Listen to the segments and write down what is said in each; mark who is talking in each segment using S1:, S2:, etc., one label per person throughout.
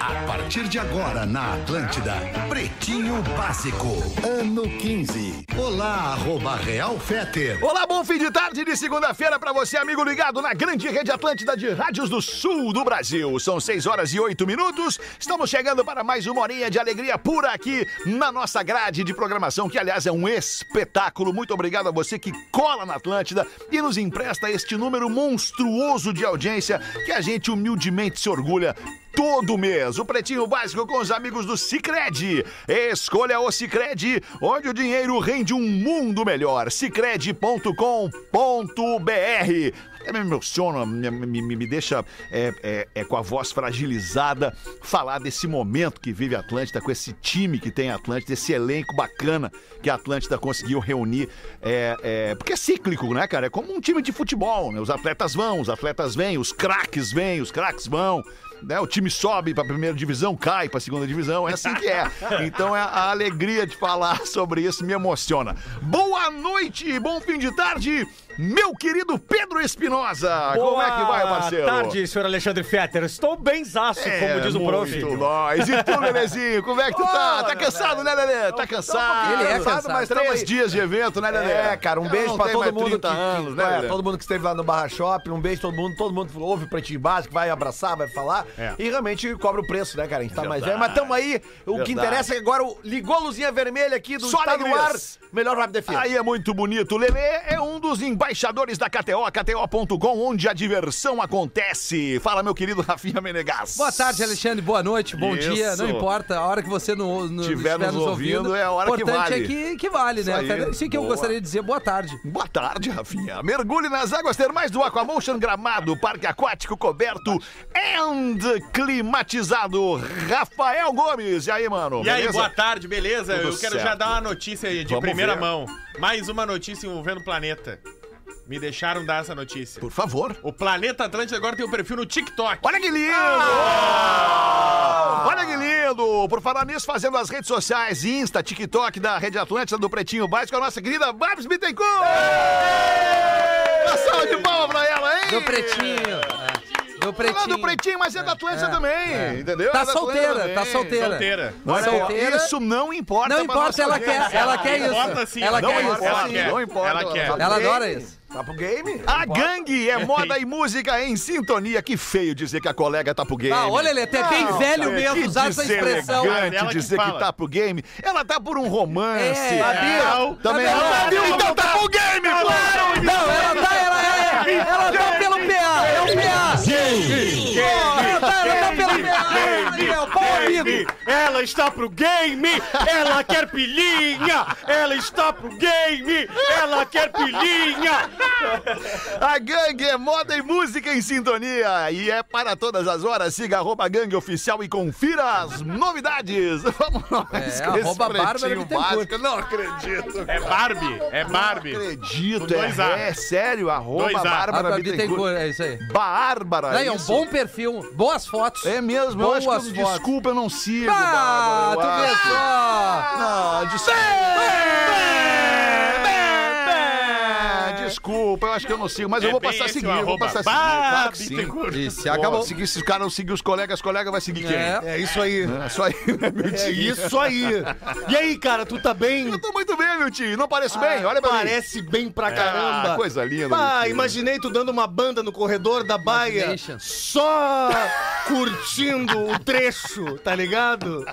S1: A partir de agora na Atlântida, Pretinho Básico, ano 15. Olá, arroba Real Feter.
S2: Olá, bom fim de tarde de segunda-feira para você, amigo ligado na grande rede Atlântida de rádios do sul do Brasil. São 6 horas e 8 minutos. Estamos chegando para mais uma horinha de alegria pura aqui na nossa grade de programação, que aliás é um espetáculo. Muito obrigado a você que cola na Atlântida e nos empresta este número monstruoso de audiência que a gente humildemente se orgulha todo mês. O Pretinho Básico com os amigos do Cicred. Escolha o Cicred, onde o dinheiro rende um mundo melhor. Cicred.com.br até me emociona, me, me, me deixa é, é, é, com a voz fragilizada falar desse momento que vive a Atlântida, com esse time que tem a Atlântida, esse elenco bacana que a Atlântida conseguiu reunir. É, porque é cíclico, né, cara? É como um time de futebol, né? Os atletas vão, os atletas vêm, os craques vêm, os craques vão. Né? O time sobe para a primeira divisão, cai para a segunda divisão, é assim que é. Então é a alegria de falar sobre isso me emociona. Boa noite, bom fim de tarde meu querido Pedro Espinosa. Como é que vai, parceiro?
S3: Boa tarde, senhor Alexandre Fetter. Estou benzaço,
S2: É,
S3: como diz o
S2: muito
S3: prof.
S2: nós. E tu, Lelezinho, como é que tu tá? Tá cansado, né, Lelê? Tá cansado.
S4: Ele é
S2: Cansado,
S4: cansado,
S2: mas
S4: tamo
S2: três
S4: aí.
S2: dias de evento, né, Lelê?
S4: É, cara, um
S2: Eu
S4: beijo
S2: não
S4: pra
S2: tenho
S4: todo
S2: mais
S4: mundo
S2: 30
S4: que,
S2: anos,
S4: que-
S2: né,
S4: é,
S2: Lelê?
S4: todo mundo que esteve lá no Barra Shopping, um beijo pra todo mundo, todo mundo que ouve o Pretinho Básico, vai abraçar, vai falar,
S2: É.
S4: e realmente cobra o preço, né, cara, a gente tá mais velho,
S2: Verdade.
S4: mas tamo aí, o que
S2: Verdade.
S4: interessa é que agora o- ligou a luzinha vermelha aqui do
S2: Só
S4: Está no Ar,
S2: alegrias.
S4: melhor vibe da fila.
S2: Aí é muito bonito. Lelê é um dos embaixadores da KTO, KTO.com, onde a diversão acontece. Fala, meu querido Rafinha Menegas.
S5: Boa tarde, Alexandre. Boa noite, bom
S2: Isso.
S5: dia. Não importa, a hora que você no, no,
S2: Tiver nos ouvindo, é a hora que
S5: importante
S2: vale.
S5: é que, que vale, né?
S2: Isso aí.
S5: Até Isso que eu
S2: Boa.
S5: gostaria de dizer. Boa tarde.
S2: Boa tarde, Rafinha. Mergulhe nas águas termais do Aquamotion Gramado, parque aquático coberto and climatizado. Rafael Gomes. E aí, mano?
S6: E aí,
S2: beleza?
S6: boa tarde, beleza?
S2: Tudo
S6: Eu quero
S2: certo.
S6: já dar uma notícia de
S2: Vamos
S6: primeira
S2: ver.
S6: mão. Mais uma notícia envolvendo o planeta. Me deixaram dar essa notícia.
S2: Por favor.
S6: O Planeta Atlântico agora tem um perfil no TikTok.
S2: Olha que lindo! Olha que lindo! Por falar nisso, fazendo as redes sociais, Insta, TikTok da Rede Atlântica do Pretinho Básico, a nossa querida Babs Bittencourt! Uma salva de palmas pra ela, hein?
S5: Do pretinho. Do
S2: Ela é do
S5: pretinho.
S2: Pretinho, mas é da Atlântica também, entendeu?
S5: Tá
S2: É da Atlântida
S5: solteira,
S2: também.
S5: tá solteira. Tá
S6: Solteira.
S2: Não é-
S5: Solteira.
S2: Isso não importa
S5: Não
S2: pra
S5: importa,
S2: nossa
S5: ela
S2: audiência.
S5: quer, ela quer
S6: Importa
S5: isso.
S6: sim,
S5: Ela
S6: não
S5: quer
S6: importa,
S5: isso.
S6: assim, ela quer.
S2: Não importa.
S6: Ela quer.
S2: tá
S5: Ela
S2: bem.
S5: adora isso.
S4: Tá pro game?
S2: A gangue é moda e música em sintonia. Que feio dizer que a colega tá pro game.
S5: Ah, olha, ele até bem velho mesmo usar essa expressão.
S6: É ela
S2: elegante
S6: que
S2: dizer que,
S6: fala.
S2: tá pro game. Ela tá por um romance.
S5: É,
S2: Não, Também
S5: Tá
S2: não.
S5: bem.
S2: então tá pro game, claro!
S5: Não, ela tá, ela é. Ela tá pelo PA, é o PA. Ela tá, ela tá pelo PA. Daniel, pau amigo.
S3: Ela está pro game, ela quer pilinha, ela está pro game, ela quer pilinha.
S2: A gangue é moda e música em sintonia. E é para todas as horas. Siga arroba gangue oficial e confira as novidades. Vamos nós.
S5: É,
S2: com esse
S5: arroba Bárbara
S2: pretinho
S5: Bittencourt.
S2: básico. Não acredito.
S6: É Barbie, é
S2: Não
S6: Barbie. Com
S2: acredito.
S6: dois A.
S2: É, é sério. Arroba
S6: Dois A.
S2: Bárbara
S5: Bárbara
S2: Bittencourt.
S5: Bittencourt, é isso aí.
S2: Bárbara.
S5: Não, é um
S2: isso?
S5: bom perfil, boas fotos.
S2: É mesmo, eu acho
S5: Boas
S2: que
S5: fotos.
S2: desculpa, eu não sigo.
S5: Ah,
S2: Bárbara, eu
S5: tu vê
S2: acho.
S5: só.
S2: Não, desculpa. Bem, bem, bem. Ah, Desculpa, eu acho que eu não sigo, mas eu
S6: É
S2: vou
S6: bem
S2: passar a
S6: esse
S2: seguir.
S6: o
S2: eu Vou
S6: arroba.
S2: passar a seguir.
S6: Bah,
S2: Claro que sim.
S6: Bittencourt.
S5: E se
S2: Boa,
S5: acabou.
S2: Seguir, se o cara não seguir os colegas, os colegas vai seguir quem?
S5: É.
S4: É isso aí,
S2: É só aí, né, meu
S4: é
S2: tio.
S4: isso aí. E aí, cara, tu tá bem?
S2: Eu tô muito bem, meu tio. Não pareço bem, olha pra mim.
S4: Ah, Parece bem pra caramba.
S2: Ah, coisa linda. meu
S4: Ah,
S2: tio.
S4: imaginei tu dando uma banda no corredor da baia,
S5: Imagination.
S4: só curtindo o trecho, tá ligado?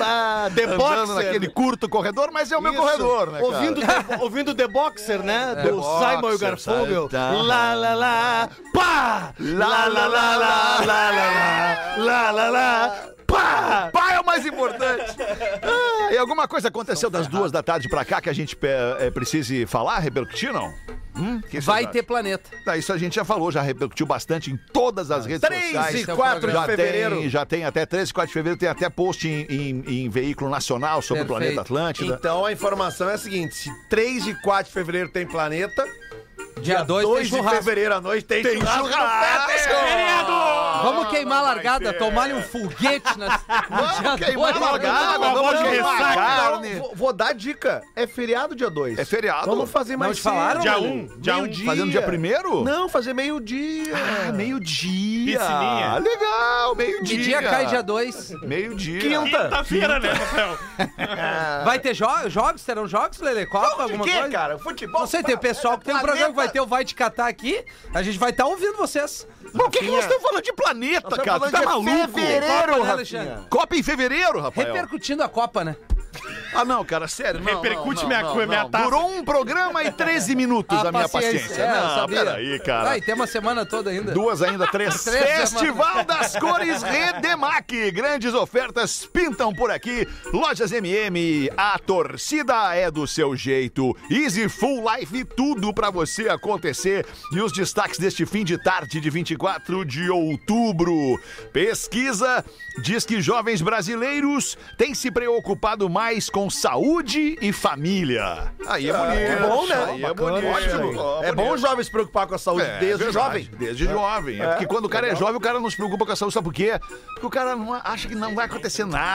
S4: Ah, The
S2: Andando
S4: Boxer.
S2: naquele curto corredor, mas é o meu
S4: Isso.
S2: corredor, né, cara?
S4: Ouvindo, The, ouvindo The Boxer, né?
S2: The
S4: Do
S2: Boxer,
S4: Simon e o Garfunkel.
S2: tá, tá.
S4: Lá, lá, lá, pá! Lá, lá, lá, lá, lá, lá, lá, lá, lá, lá, pá!
S2: Pai é o mais importante. Ah, e alguma coisa aconteceu das duas da tarde pra cá que a gente eh, eh, precise falar, é, repercutir, não? Hum, que vocês
S5: Vai
S2: acham?
S5: ter planeta.
S2: Tá, isso a gente já falou, já repercutiu bastante em todas as redes
S4: 3
S2: sociais.
S4: e
S5: esse é o
S4: 4 de
S5: programa.
S2: já
S4: fevereiro.
S2: Tem, já tem até 13 e 4 de fevereiro, tem até post em, em- em veículo nacional sobre o
S5: Perfeito.
S2: planeta Atlântida.
S4: Então a informação é a seguinte: se 3 e 4 de fevereiro tem planeta,
S5: Dia 2 tem
S4: 2 de
S5: churrasco.
S4: fevereiro à noite tem, churrasco.
S2: churrasco.
S4: Fetter.
S5: Vamos
S2: Ah,
S5: queimar a largada, tomar-lhe um foguete nas... no dia
S2: queimar
S5: dois.
S2: a largada, vamos
S4: Não,
S2: queimar a
S4: não,
S2: carne.
S4: vou, vou dar dica. É feriado dia 2.
S2: É feriado?
S4: Vamos fazer mais
S5: te falaram?
S6: Dia
S4: cedo.
S6: 1, dia 1.
S4: Meio-dia.
S2: Fazendo dia primeiro?
S4: Não, fazer meio-dia.
S2: Ah, meio-dia.
S6: Piscininha.
S2: Ah, Legal,
S5: Que
S2: meio-dia.
S5: dia cai dia 2?
S2: Meio-dia.
S6: Quinta-feira, né, Rafael?
S2: Ah.
S5: Vai ter jo- jogos? Terão jogos, Lele? Copa, alguma
S4: que,
S5: coisa?
S4: cara? Futebol?
S5: Não sei, tem o pessoal que tem um programa que vai ter o Vai Te Catar aqui. A gente vai estar ouvindo vocês.
S2: Por que, que nós estamos falando de planeta,
S4: Nós
S2: cara?
S4: estamos
S2: Tu tá
S4: falando de
S2: maluco?
S4: fevereiro,
S5: Copa, né,
S4: Rafinha?
S5: Alexandre?
S2: Copa em fevereiro, Rafael.
S5: Repercutindo a Copa, né?
S2: Ah, não, cara, sério. Não,
S6: Repercute
S2: não,
S6: minha
S2: não,
S6: cu-
S2: não.
S6: minha taça.
S2: Durou um programa e 13 minutos a, minha paciência.
S5: É, eu
S2: não,
S5: sabia.
S2: peraí, cara.
S5: Ah, e tem uma semana toda ainda.
S2: Duas ainda, três.
S5: Três,
S2: Festival das Cores Redemac. Grandes ofertas pintam por aqui. Lojas MM, a torcida é do seu jeito. Easy Full Life, tudo pra você acontecer. E os destaques deste fim de tarde de 24 de outubro. Pesquisa diz que jovens brasileiros têm se preocupado mais com saúde e família. Aí é bonito.
S4: É bom, né?
S2: Aí é bonito.
S4: Ótimo.
S2: Ó,
S4: É bom o jovem se preocupar com a saúde
S2: é,
S4: desde
S2: verdade,
S4: jovem.
S2: Desde jovem. É, porque quando o cara é jovem, o cara não se preocupa com a saúde. Sabe por quê? Porque o cara não acha que não vai acontecer nada.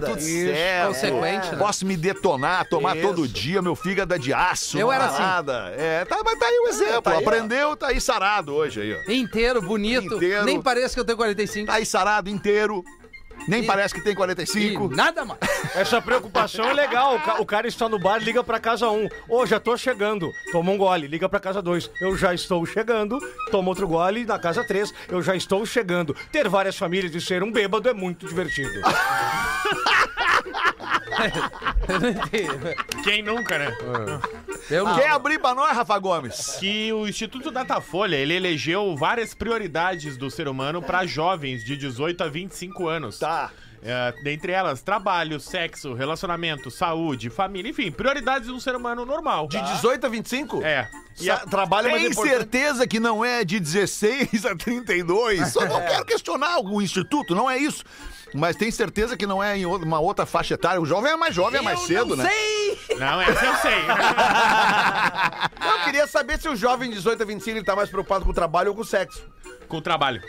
S2: Tá tudo
S4: Isso.
S2: certo.
S5: Consequente, né?
S2: Posso me detonar, tomar
S4: Isso.
S2: todo dia, meu fígado é de aço.
S5: Eu
S2: não
S5: era
S2: dá
S5: assim.
S2: Nada. É, tá, mas tá aí o exemplo.
S4: tá aí, ó.
S2: Aprendeu, tá aí sarado hoje aí, ó.
S5: Inteiro, bonito.
S2: Inteiro.
S5: Nem parece que eu tenho 45.
S2: Tá aí sarado inteiro. Nem parece que tem
S5: E
S2: 45.
S5: nada mais.
S3: Essa preocupação é legal. O ca- O cara está no bar, liga pra casa um. Ô, já tô chegando. Toma um gole, liga pra casa dois. Eu já estou chegando. Toma outro gole na casa três. Eu já estou chegando. Ter várias famílias e ser um bêbado é muito divertido.
S5: Eu não entendi.
S6: Quem nunca, né?
S5: Eu não.
S2: Quer abrir pra nós, Rafa Gomes?
S6: que o Instituto Datafolha ele elegeu várias prioridades do ser humano para jovens de 18 a 25 anos.
S2: Tá.
S6: É, dentre elas, trabalho, sexo, relacionamento, saúde, família, enfim, prioridades de um ser humano normal.
S4: De 18 a 25?
S6: É. E a-
S4: Sa- Trabalho é mais
S2: Tem
S4: importante.
S2: certeza que não é de 16 a 32? Só
S4: É.
S2: não quero questionar o instituto, não é isso. Mas tem certeza que não é em outra- uma outra faixa etária. O jovem é mais jovem, é mais cedo, né?
S5: Sei!
S6: Não, essa eu sei.
S2: Ah.
S4: Eu queria saber se o jovem de 18 a 25 ele tá mais preocupado com o trabalho ou com o sexo.
S6: Com o trabalho.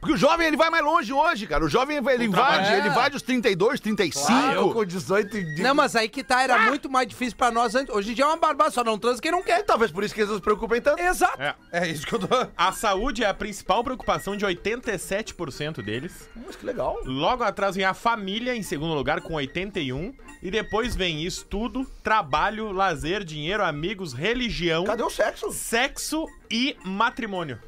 S2: Porque o jovem ele vai mais longe hoje, cara. O jovem ele invade,
S5: trabalho.
S2: ele invade os 32, 35.
S4: é. Eu com 18 e...
S5: Não, mas aí que tá, era muito mais difícil pra nós antes. Hoje em dia é uma barbada, só não transa quem não quer.
S4: É, Talvez por isso que eles não se preocupem tanto.
S5: Exato.
S6: É.
S4: É isso que eu tô...
S6: A saúde é a principal preocupação de 87% deles.
S4: Mas que legal.
S6: Logo atrás vem a família, em segundo lugar, com 81. E depois vem estudo, trabalho, lazer, dinheiro, amigos, religião,
S4: Cadê o sexo?
S6: sexo e matrimônio.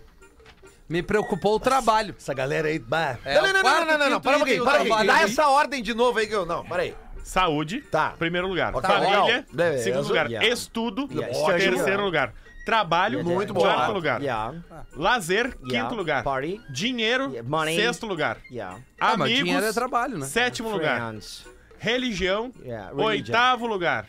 S5: Me preocupou o trabalho.
S4: Essa galera aí... bah.
S5: É,
S4: não,
S5: o
S4: não, não, não,
S5: quarto,
S4: não, não, não,
S5: quinto
S4: para um
S5: item,
S4: pouquinho,
S5: o
S4: para um pouquinho.
S5: trabalho
S4: Dá
S5: aí.
S4: essa ordem de novo aí que eu... Não, para aí.
S6: Saúde,
S4: Tá.
S6: primeiro lugar.
S4: Ok,
S6: Família,
S4: legal. Beleza,
S6: segundo lugar.
S4: yeah.
S6: Estudo,
S4: Yeah,
S6: terceiro
S4: yeah.
S6: lugar. Trabalho,
S4: Muito bom.
S6: quarto lugar.
S7: Yeah,
S6: Lazer,
S7: Yeah.
S6: quinto lugar.
S7: Party.
S6: Dinheiro,
S7: Yeah, money.
S6: sexto lugar.
S7: yeah.
S5: Ah, mas
S6: Amigos,
S5: dinheiro é trabalho, né?
S6: sétimo lugar.
S7: Friends.
S6: Religião,
S7: Yeah, religion.
S6: oitavo lugar.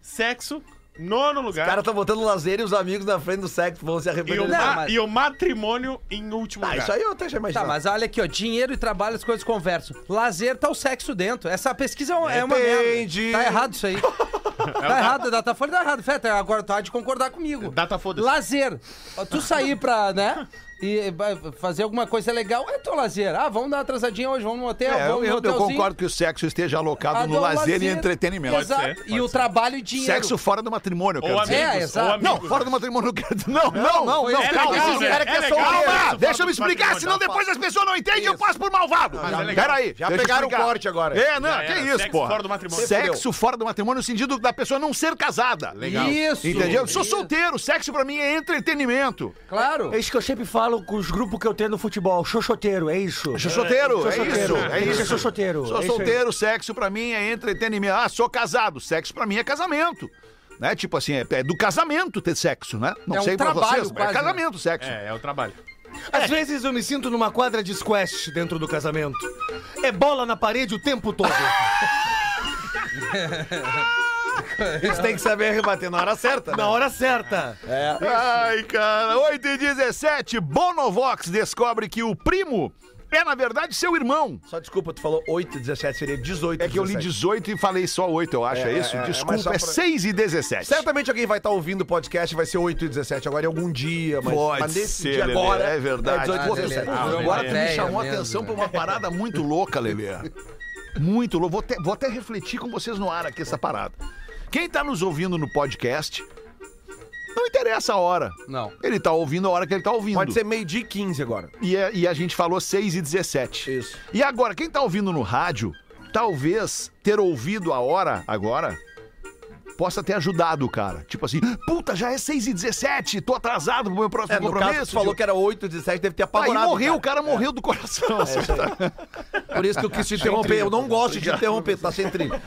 S6: Sexo, nono
S4: O
S6: lugar.
S4: cara tá botando lazer e os amigos na frente do sexo vão se
S6: E o,
S4: arrepender.
S5: Não,
S6: ma-
S5: mas-
S6: e o matrimônio em último
S4: Ah,
S6: lugar.
S4: isso aí eu até já
S5: Tá,
S4: imaginava.
S5: mas olha aqui, ó. Dinheiro e trabalho, as coisas conversam. Lazer tá o sexo dentro. Essa pesquisa é uma- é uma
S4: Depende.
S5: merda. Tá errado isso aí. tá errado, Datafolha tá errado. Feta, agora tu há de concordar comigo.
S6: Data Ah, tá, foda-se.
S5: Lazer. Tu sair pra, né? E vai fazer alguma coisa legal é teu lazer. Ah, vamos dar uma transadinha hoje, vamos no
S2: É,
S5: hotel,
S2: eu,
S5: vamos no
S2: eu- eu
S5: hotelzinho.
S2: concordo que o sexo esteja alocado
S5: Ah,
S2: no
S5: não,
S2: lazer, e entretenimento.
S5: Exato.
S6: Pode ser,
S5: e
S6: pode
S5: o
S6: ser.
S5: trabalho e dinheiro.
S2: Sexo fora do matrimônio, eu quero
S6: Ou amigos,
S2: dizer.
S5: É, exato.
S6: ou amigos.
S2: Não, fora do matrimônio. eu quero dizer. Não, não, não. não
S5: é
S2: calma.
S6: legal,
S2: Esse
S6: né?
S2: cara que
S6: É
S2: é
S6: legal,
S2: solteiro.
S6: né?
S2: Deixa eu me explicar, senão depois as pessoas não entendem e eu passo por malvado.
S6: Mas é legal.
S2: Peraí.
S4: Já
S2: deixa eu
S4: pegaram o
S2: explicar.
S4: corte agora.
S2: É, não,
S6: Já
S2: que
S6: era,
S2: isso,
S6: sexo
S2: pô.
S6: fora do matrimônio.
S2: Sexo fora do matrimônio no sentido da pessoa não ser casada.
S6: Legal.
S5: Isso.
S2: Entendeu? Eu sou
S5: Isso.
S2: solteiro, sexo pra mim é entretenimento.
S5: Claro.
S7: É isso que eu sempre falo com os grupos que eu tenho no futebol. Xoxoteiro, é isso.
S2: Eu sou solteiro, é
S7: Xoxoteiro.
S2: isso, é
S7: Tem que ser
S2: isso.
S7: xoxoteiro.
S2: Sou
S7: é isso aí.
S2: solteiro, sexo pra mim é entretenimento. Ah, sou casado, sexo pra mim é casamento. Né? Tipo assim, é, é do casamento ter sexo, né? Não
S5: É um
S2: sei pra
S5: trabalho
S2: vocês, mas é
S5: quase, né?
S2: casamento, sexo.
S6: É, é o trabalho.
S7: Às vezes eu me sinto numa quadra de squash dentro do casamento. É bola na parede o tempo todo.
S4: Eles têm que saber rebater na hora certa. né?
S7: Na hora certa.
S2: Ai, cara. 8 e 17, Bonovox descobre que o primo é, na verdade, seu irmão.
S4: Só desculpa, tu falou 8, 17, seria 18.
S2: É que eu li
S4: 17.
S2: 18 e falei só 8, eu acho, é,
S4: É, é,
S2: isso?
S4: é, é, mas
S2: Desculpa,
S4: só
S2: é,
S4: pra-
S2: 6 e 17.
S4: Certamente alguém vai estar ouvindo o podcast, vai ser 8 e 17 agora em algum dia, mas,
S2: Pode
S4: mas nesse
S2: ser,
S4: dia
S2: Lelê,
S4: agora.
S2: é verdade.
S4: 18 e
S2: Pô,
S4: 17.
S2: Ah,
S5: Virou
S2: Agora tu me
S5: plateia
S2: chamou a
S5: mesmo,
S2: atenção
S5: né?
S2: pra uma parada muito louca, Lelê. Muito louca. Vou até, vou até refletir com vocês no ar aqui essa parada. Quem tá nos ouvindo no podcast, não interessa a hora.
S5: Não.
S2: Ele tá ouvindo a hora que ele tá ouvindo.
S4: Pode ser meio-dia e 15 agora.
S2: E, é- e a gente falou 6 e 17.
S4: Isso.
S2: E agora, quem tá ouvindo no rádio, talvez ter ouvido a hora agora possa ter ajudado o cara. Tipo assim, puta, já é 6 e 17, tô atrasado pro meu próximo
S4: É, no
S2: compromisso.
S4: caso, tu falou que era 8 e 17, deve ter
S2: Aí
S4: apavorado. É.
S2: morreu, o cara morreu do coração. assim.
S4: cara. Por isso que eu quis te interromper. Eu não gosto de te interromper, tu tá sem trilha.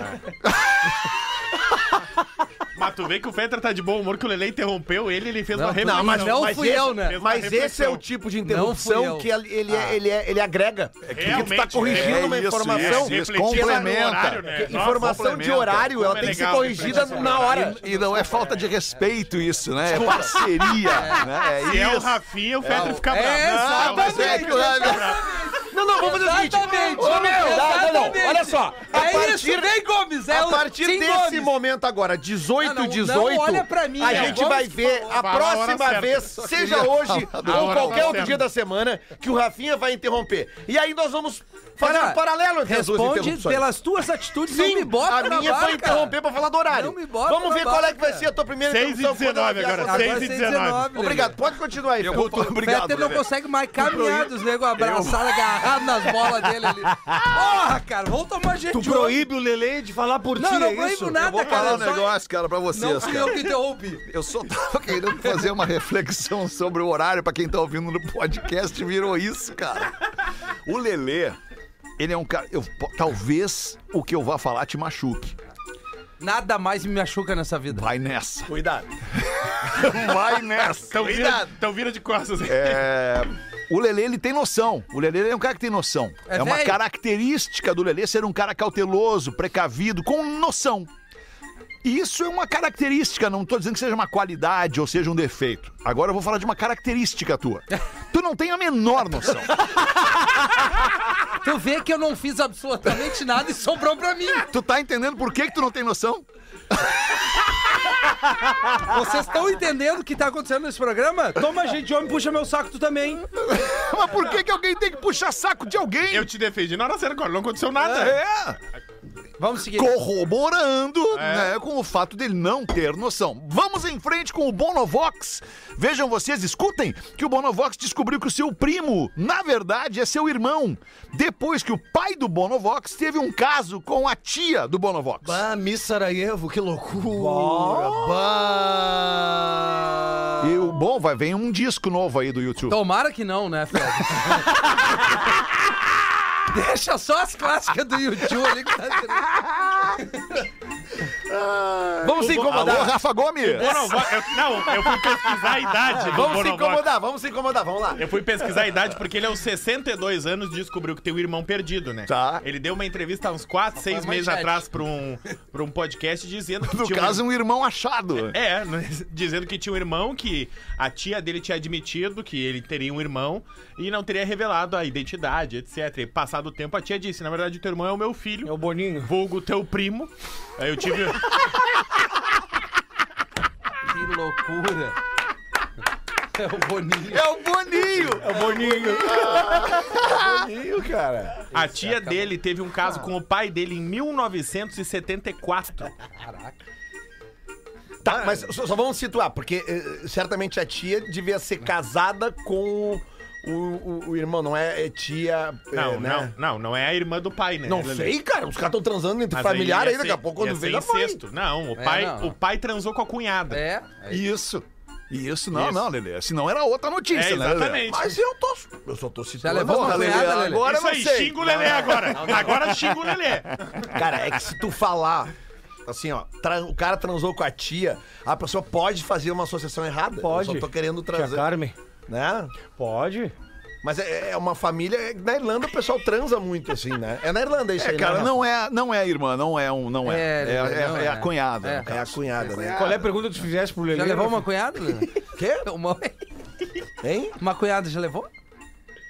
S6: Mas tu vê que o Fetter tá de bom humor, que o Lele interrompeu ele, ele fez uma
S5: Não,
S6: reflexão.
S5: não, mas não fui
S6: esse-
S5: eu, né?
S6: fez uma
S4: Mas esse é
S6: reflexão.
S4: o tipo de
S5: Não fui
S4: interrupção
S5: eu.
S4: que ele, ele, é- ele, é- ele agrega. Porque tu tá
S6: Realmente,
S4: corrigindo
S6: é
S4: uma
S2: isso,
S4: informação. é
S2: isso, isso.
S6: Refletir no
S2: complementa.
S6: horário, né?
S4: que informação de
S2: complementa.
S4: horário, ela
S6: Como é
S4: tem que ser
S6: legal
S4: corrigida
S6: refletir
S4: na hora.
S2: E não é falta de respeito isso, né? É parceria. né?
S6: Se é o Rafinha, o Fetter fica bravo.
S5: É,
S6: Não, mas é
S5: exatamente.
S6: que o Rafinha fica bravo.
S4: Não, não, vamos fazer o seguinte.
S5: Exatamente.
S4: Ô, meu, não, não, não, olha só.
S5: É
S4: A
S5: isso,
S4: partir
S5: vem Gomes. É
S4: A
S5: o
S4: partir
S5: Tim
S4: desse
S5: Gomes.
S4: momento agora, 18,
S5: Não, não, não
S4: 18,
S5: olha pra mim,
S4: a
S5: é.
S4: gente
S5: Vamos
S4: vai ver a
S6: falar a hora
S4: próxima
S6: certa.
S4: vez,
S6: Só
S4: seja hoje ou
S6: hora
S4: qualquer outro
S6: certa.
S4: dia da semana, que o Rafinha vai interromper. E aí nós vamos fazer
S5: Cara,
S4: um paralelo entre as duas
S5: Responde
S4: interrupções.
S5: pelas tuas atitudes, não
S4: Sim,
S5: me bota
S4: a
S5: na
S4: minha
S5: barca.
S4: foi interromper pra falar do horário.
S5: Não me bota
S4: Vamos
S5: na
S4: ver qual é que
S5: barca.
S4: vai ser a tua primeira
S6: 6 e
S4: interrupção. quando ela
S6: 19
S4: vier
S6: agora,
S4: acontecer.
S5: Agora
S6: 6 e
S5: seis e
S6: 19.
S5: dezenove.
S4: Obrigado, pode continuar aí. Fê.
S5: O Peter não consegue mais caminhar dos nego abraçado, agarrado nas bolas dele ali. Porra, cara, vamos tomar gente
S7: Tu
S5: de olho.
S7: proíbe o Lele de falar por ti,
S5: Não, eu
S7: é
S5: não proíbo
S7: isso?
S5: nada,
S2: Eu vou
S5: cara.
S2: falar um
S5: eu só-
S2: negócio, cara, pra
S5: Não
S2: vocês,
S5: fui
S2: cara.
S5: eu que interrompi.
S2: Eu só tava querendo fazer uma reflexão sobre o horário pra quem tá ouvindo no podcast, virou isso, cara. O Lelê, ele é um cara. eu- po- talvez o que eu vá falar te machuque.
S5: Nada mais me machuca nessa vida.
S2: Vai nessa.
S4: Cuidado.
S2: Vai nessa.
S6: Então vira, então vira de costas.
S2: É, O Lelê, ele tem noção. O Lelê ele é um cara que tem noção. É,
S5: É
S2: uma
S5: velho.
S2: característica do Lelê ser um cara cauteloso, precavido, com noção. E isso é uma característica, não tô dizendo que seja uma qualidade ou seja um defeito. Agora eu vou falar de uma característica tua. Tu não tem a menor noção.
S5: Tu vê que eu não fiz absolutamente nada e sobrou pra mim.
S2: Tu tá entendendo por que, que tu não tem noção?
S5: Vocês estão entendendo o que tá acontecendo nesse programa?
S7: Toma gente homem, puxa meu saco, tu também.
S2: Mas por que, que alguém tem que puxar saco de alguém?
S6: Eu te defendi na hora certa, agora não aconteceu nada.
S2: É,
S5: Vamos seguir.
S2: corroborando né, com o fato dele não ter noção. Vamos em frente com o Bonovox. Vejam vocês, escutem, que o Bonovox descobriu que o seu primo, na verdade, é seu irmão. Depois que o pai do Bonovox teve um caso com a tia do Bonovox.
S7: Ah, Miss Sarajevo, que loucura.
S2: E o bom, vai vem um disco novo aí do YouTube.
S5: Tomara que não, né, Fred? Deixa só as clássicas do YouTube ali que tá
S7: É,
S4: Vamos se
S2: Alô,
S4: incomodar.
S2: Rafa Gomes!
S6: Bonovox- eu- não, eu fui pesquisar a idade do
S4: Vamos se
S6: Bonovox.
S4: incomodar, vamos se incomodar, vamos lá.
S6: Eu fui pesquisar a idade porque ele aos 62 anos descobriu que tem um irmão perdido, né?
S2: Tá.
S6: Ele deu uma entrevista há uns 4, 6 meses
S5: manchete.
S6: atrás pra um, pra um podcast dizendo que
S2: No
S6: tinha um
S2: caso, um irmão achado.
S6: É, né, dizendo que tinha um irmão, que a tia dele tinha admitido que ele teria um irmão e não teria revelado a identidade, etc. E passado o tempo, a tia disse: Na verdade, o teu irmão é o meu filho.
S7: É o Boninho.
S6: Vulgo teu primo. Aí eu tive.
S5: tendo. Que loucura. É o Boninho.
S2: É o Boninho!
S6: A tia dele teve um caso
S7: Ah.
S6: com o pai dele em 1974. Ah.
S4: Tá, mas só, só vamos situar, porque eh, certamente a tia devia ser casada com o, o- o irmão, não é, é tia. eh,
S6: Não,
S4: né?
S6: não, não, não é a irmã do pai, né?
S4: Não
S6: Lelê?
S4: sei, cara. Os caras estão transando entre
S6: Mas
S4: familiares aí,
S6: ia
S4: daqui a
S6: ser-
S4: pouco quando
S6: ia
S4: vem
S6: ser
S4: a mãe.
S6: incesto. Não, o
S5: É,
S6: pai,
S5: não.
S6: o pai transou com a cunhada.
S5: É. é.
S2: Isso. Isso, não,
S6: Isso.
S2: não, Lelê. Senão era outra notícia,
S6: É,
S2: né? Lelê?
S6: exatamente.
S4: Mas eu tô. Eu só tô
S5: Já
S4: citando.
S5: levou uma
S4: Porra, Lelê,
S5: cunhada, Lelê?
S4: Agora eu
S6: Isso
S4: não
S6: aí,
S4: sei.
S6: xinga o Lelê agora. Agora xinga o Lelê.
S4: Cara, é que se tu falar. Assim, ó, tra- o cara transou com a tia, a pessoa pode fazer uma associação errada.
S7: Pode.
S4: Eu só tô querendo
S7: Tia
S4: trazer.
S7: Carmen.
S4: Né?
S7: Pode?
S4: Mas é, é uma família. é- Na Irlanda o pessoal transa muito, assim, né? É na Irlanda isso
S2: É,
S4: aí,
S2: cara,
S4: né?
S2: não é, não é irmã, não é um, não é.
S5: É,
S2: É, é-
S5: não
S2: é a
S5: é.
S2: cunhada.
S5: É.
S2: no
S4: É a
S2: caso.
S4: cunhada, né?
S3: Qual é a pergunta que tu fizesse pro Lelê?
S5: Já levou uma cunhada? Quê? Uma...
S4: Hein?
S5: uma cunhada já levou?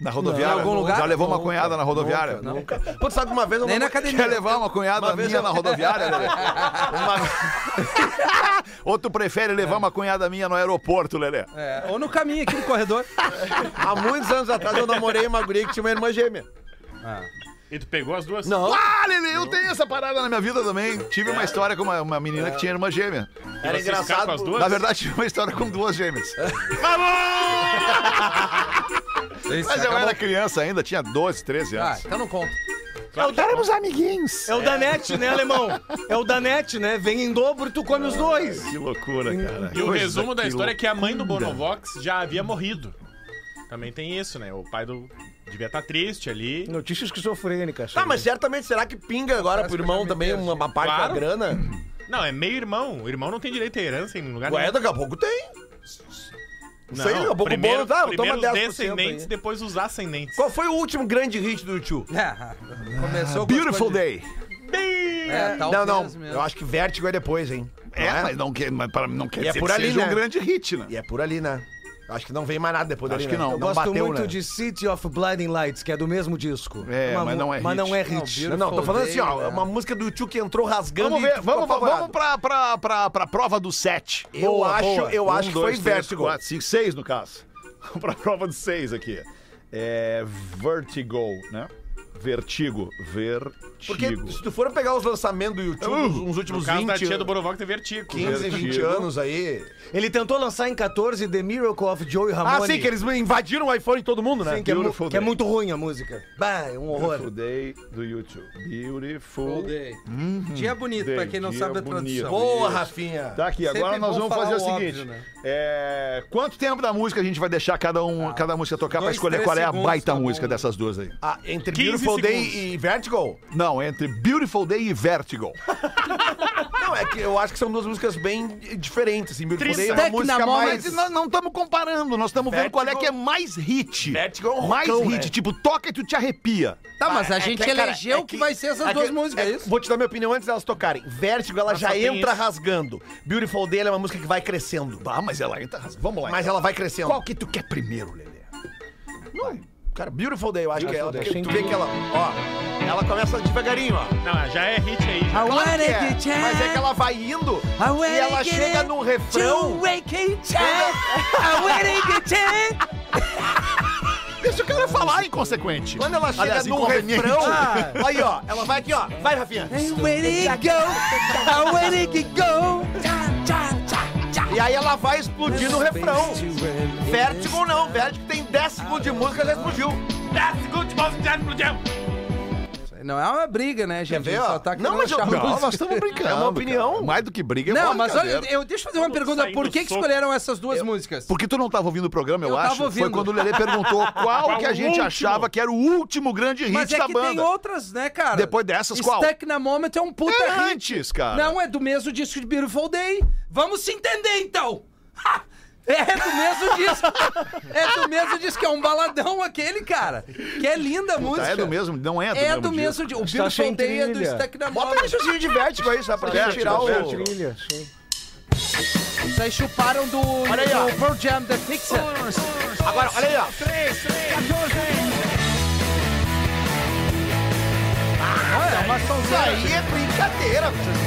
S2: Na rodoviária.
S5: Não, em algum lugar?
S2: Já levou uma
S5: Nunca,
S2: cunhada na rodoviária?
S5: Nunca.
S4: Pô, tu sabe que uma vez eu
S5: Nem na
S4: namorei-
S5: academia.
S2: Quer levar uma cunhada
S4: Uma vez
S2: minha
S4: eu-
S2: na rodoviária? Lelê? Ou tu prefere levar uma cunhada minha no aeroporto, Lelê?
S5: É, ou no caminho aqui no corredor.
S4: Ah, Há muitos anos atrás eu namorei uma guria que tinha uma irmã gêmea.
S6: E tu pegou as duas?
S4: Não.
S2: Ah, Lelê, eu tenho essa parada na minha vida também. Tive
S5: É.
S2: uma história com uma, uma menina que tinha irmã gêmea.
S6: E
S4: Era
S6: vocês ficaram
S4: engraçado,
S6: Com as duas?
S2: Na verdade, tive uma história com duas gêmeas.
S5: Isso,
S2: Mas eu era criança ainda, tinha 12, 13
S5: Ah,
S2: anos.
S5: então não conta.
S4: é
S2: Éramos amiguinhos.
S3: É o Danete, né, alemão? É o Danete, né? Vem em dobro e tu come os dois.
S2: Que loucura, cara.
S6: E o
S2: Coisa
S6: resumo da
S2: que
S6: história é que a mãe do Bonovox já havia morrido. Também tem isso, né? O pai do. devia estar triste ali.
S3: Notícia esquizofrênica.
S4: Tá, mas certamente será que pinga agora pro irmão também uma, uma parte
S6: Claro.
S4: da grana?
S6: Não, é meio irmão. O irmão não tem direito à herança em lugar
S4: Ué,
S6: nenhum.
S4: daqui a pouco tem.
S6: Não,
S4: sei, daqui a pouco o
S6: primeiro,
S4: Bono- tá, toma
S6: primeiro os
S4: 10%
S6: descendentes,
S4: aí.
S6: depois os ascendentes.
S4: Qual foi o último grande hit do YouTube?
S5: É, começou com as
S2: Beautiful
S5: coisas-
S2: Day.
S5: É,
S4: Não,
S5: talvez
S4: não.
S5: mesmo.
S4: Eu acho que Vértigo é depois, hein?
S2: É, mas não quer, mas para- não quer
S4: E é
S2: dizer
S4: por
S2: que
S4: ali,
S2: seja
S4: né?
S2: um grande hit, né?
S4: E é por ali, né? Acho que não vem mais nada depois dali.
S2: Acho que
S4: né?
S2: não.
S3: Eu gosto
S4: bateu,
S3: muito
S4: né?
S3: de City of Blinding Lights, que é do mesmo disco.
S2: É,
S3: Uma
S2: mas
S3: mu-
S2: não é
S3: Mas
S2: hit.
S3: não é
S5: Não,
S3: hit.
S5: Beautiful
S4: Não, não, tô falando assim, ó.
S5: Day,
S4: É
S5: né?
S4: uma música do YouTube que entrou rasgando
S2: Vamos
S4: e
S2: ver,
S4: ficou
S2: vamos,
S4: apavorado.
S2: vamos pra, pra, pra, pra prova do set.
S4: Eu acho, eu
S2: Um,
S4: acho que foi Vértigo.
S2: 4, 5, 6 no caso. Vamos pra prova do 6 aqui. É Vertigo, né? Vertigo.
S4: Porque
S2: Vertigo.
S4: se tu for pegar os lançamentos do YouTube,
S2: Uh,
S4: uns- uns
S6: No
S4: últimos
S6: caso da
S4: 20,
S6: tia do Bonovox tem vertigo.
S4: 15, 20
S2: Vertigo.
S4: anos aí.
S3: Ele tentou lançar em 14 The Miracle of Joey
S4: Ah,
S3: Ramone.
S4: sim, que eles invadiram o iPhone de todo mundo, né?
S3: Sim, que é, mu-
S2: Beautiful
S3: que é
S2: Day.
S3: muito ruim a música. Bah, é um
S2: Beautiful
S3: horror.
S2: Day do YouTube. Beautiful
S5: Beautiful Day. Uhum. Dia bonito, pra quem não
S2: Dia
S5: sabe a
S2: bonito.
S5: tradução.
S4: Boa, Rafinha.
S2: Tá aqui, agora
S5: Sempre
S2: nós
S5: bom
S2: vamos fazer o
S5: falar o óbvio,
S2: seguinte.
S5: né?
S2: é, quanto tempo da música a gente vai deixar cada, um, cada música tocar pra
S5: dois,
S2: escolher
S5: três
S2: qual é a
S5: segundos,
S2: baita
S5: tá bom.
S2: música dessas duas aí?
S4: Ah, entre
S6: 15
S4: Beautiful
S6: segundos.
S4: Day e Vertigo?
S2: Não, entre Beautiful Day e Vertigo.
S4: Não, é que eu acho que são duas músicas bem diferentes, assim. Beautiful Day é uma
S5: Trinta.
S4: música
S5: Tecna Mó,
S4: mais...
S2: Mas nós não estamos comparando, nós estamos vendo qual é que é mais hit.
S4: Vertigo é um
S2: mais
S4: rockão,
S2: hit,
S4: né?
S2: tipo, toca e tu te arrepia.
S5: Tá, mas a
S4: É
S5: gente
S4: que, cara,
S5: elegeu
S4: é
S5: que, vai ser essas
S4: é
S5: duas
S4: que-
S5: músicas, é isso?
S4: Vou te dar minha opinião antes delas tocarem. Vertigo, ela já
S6: só tem
S4: entra
S6: isso.
S4: rasgando. Beautiful Day ela é uma música que vai crescendo.
S2: Ah, mas ela entra. Vamos lá.
S4: Mas
S2: então.
S4: ela vai crescendo.
S2: Qual que tu quer primeiro, Lelê?
S4: Cara, Beautiful Day, eu acho que é ela.
S3: Day,
S4: Porque
S3: sem
S4: tu vê que ela, ó, ela começa devagarinho, ó.
S6: Não, já é hit aí. Já.
S5: I wanna
S4: Que é,
S5: get
S4: mas é que ela vai indo e ela chega num refrão.
S2: Deixa o cara falar, inconsequente.
S4: Quando ela chega
S2: Aliás,
S4: num
S2: inconveniente. Ah.
S4: refrão, aí ó, ela vai aqui ó, vai Rafinha. E aí ela vai explodir no refrão. Vertigo não, Vertigo tem 10 segundos de música já explodiu.
S6: 10 segundos de pausa, já explodiu.
S5: Não é uma briga, né, gente?
S4: ver,
S5: A gente
S4: ó?
S5: Só tá
S4: Não,
S5: querendo
S4: mas eu-
S5: achar
S4: não,
S5: música.
S2: nós estamos brincando.
S4: É uma opinião.
S2: cara. Mais do que briga, é
S5: Não,
S2: brincadeira.
S5: mas olha, eu, deixa eu fazer uma
S6: Todo mundo
S5: pergunta.
S6: saindo
S5: Por que, que
S6: soco.
S5: escolheram essas duas músicas?
S2: Porque tu não estava ouvindo o programa, eu,
S5: Eu tava
S2: acho. Foi
S5: ouvindo.
S2: quando o Lelê perguntou qual,
S6: Qual
S2: que a
S6: o
S2: gente
S6: último?
S2: achava que era o último grande hit
S5: Mas é
S2: da
S5: que
S2: banda.
S5: tem outras, né, cara?
S2: Depois dessas, qual?
S5: Stuck na Moment é um puta
S2: É
S5: hit.
S2: antes, cara.
S5: Não, é do mesmo disco de Beautiful Day. Vamos se entender, então. Ha! É do mesmo disco. É do mesmo disco, que é um baladão aquele, cara. Que é linda a música.
S2: é do mesmo, não é do
S5: É
S2: mesmo
S5: do
S2: disco.
S5: mesmo disco. O
S3: Está
S5: Beautiful
S3: sem
S5: Day é do
S3: trilha.
S5: Stuck na
S4: Bota um
S5: Moment.
S4: trechinho de Vertigo aí, só pra gente tirar o...
S3: Trilha.
S5: Isso aí chuparam do,
S4: Olha aí, ó.
S5: do Pearl Jam The Fixer.
S4: Agora, olha aí ó.
S5: Olha, é uma
S4: Isso
S5: sonzeira.
S4: aí é brincadeira. vocês.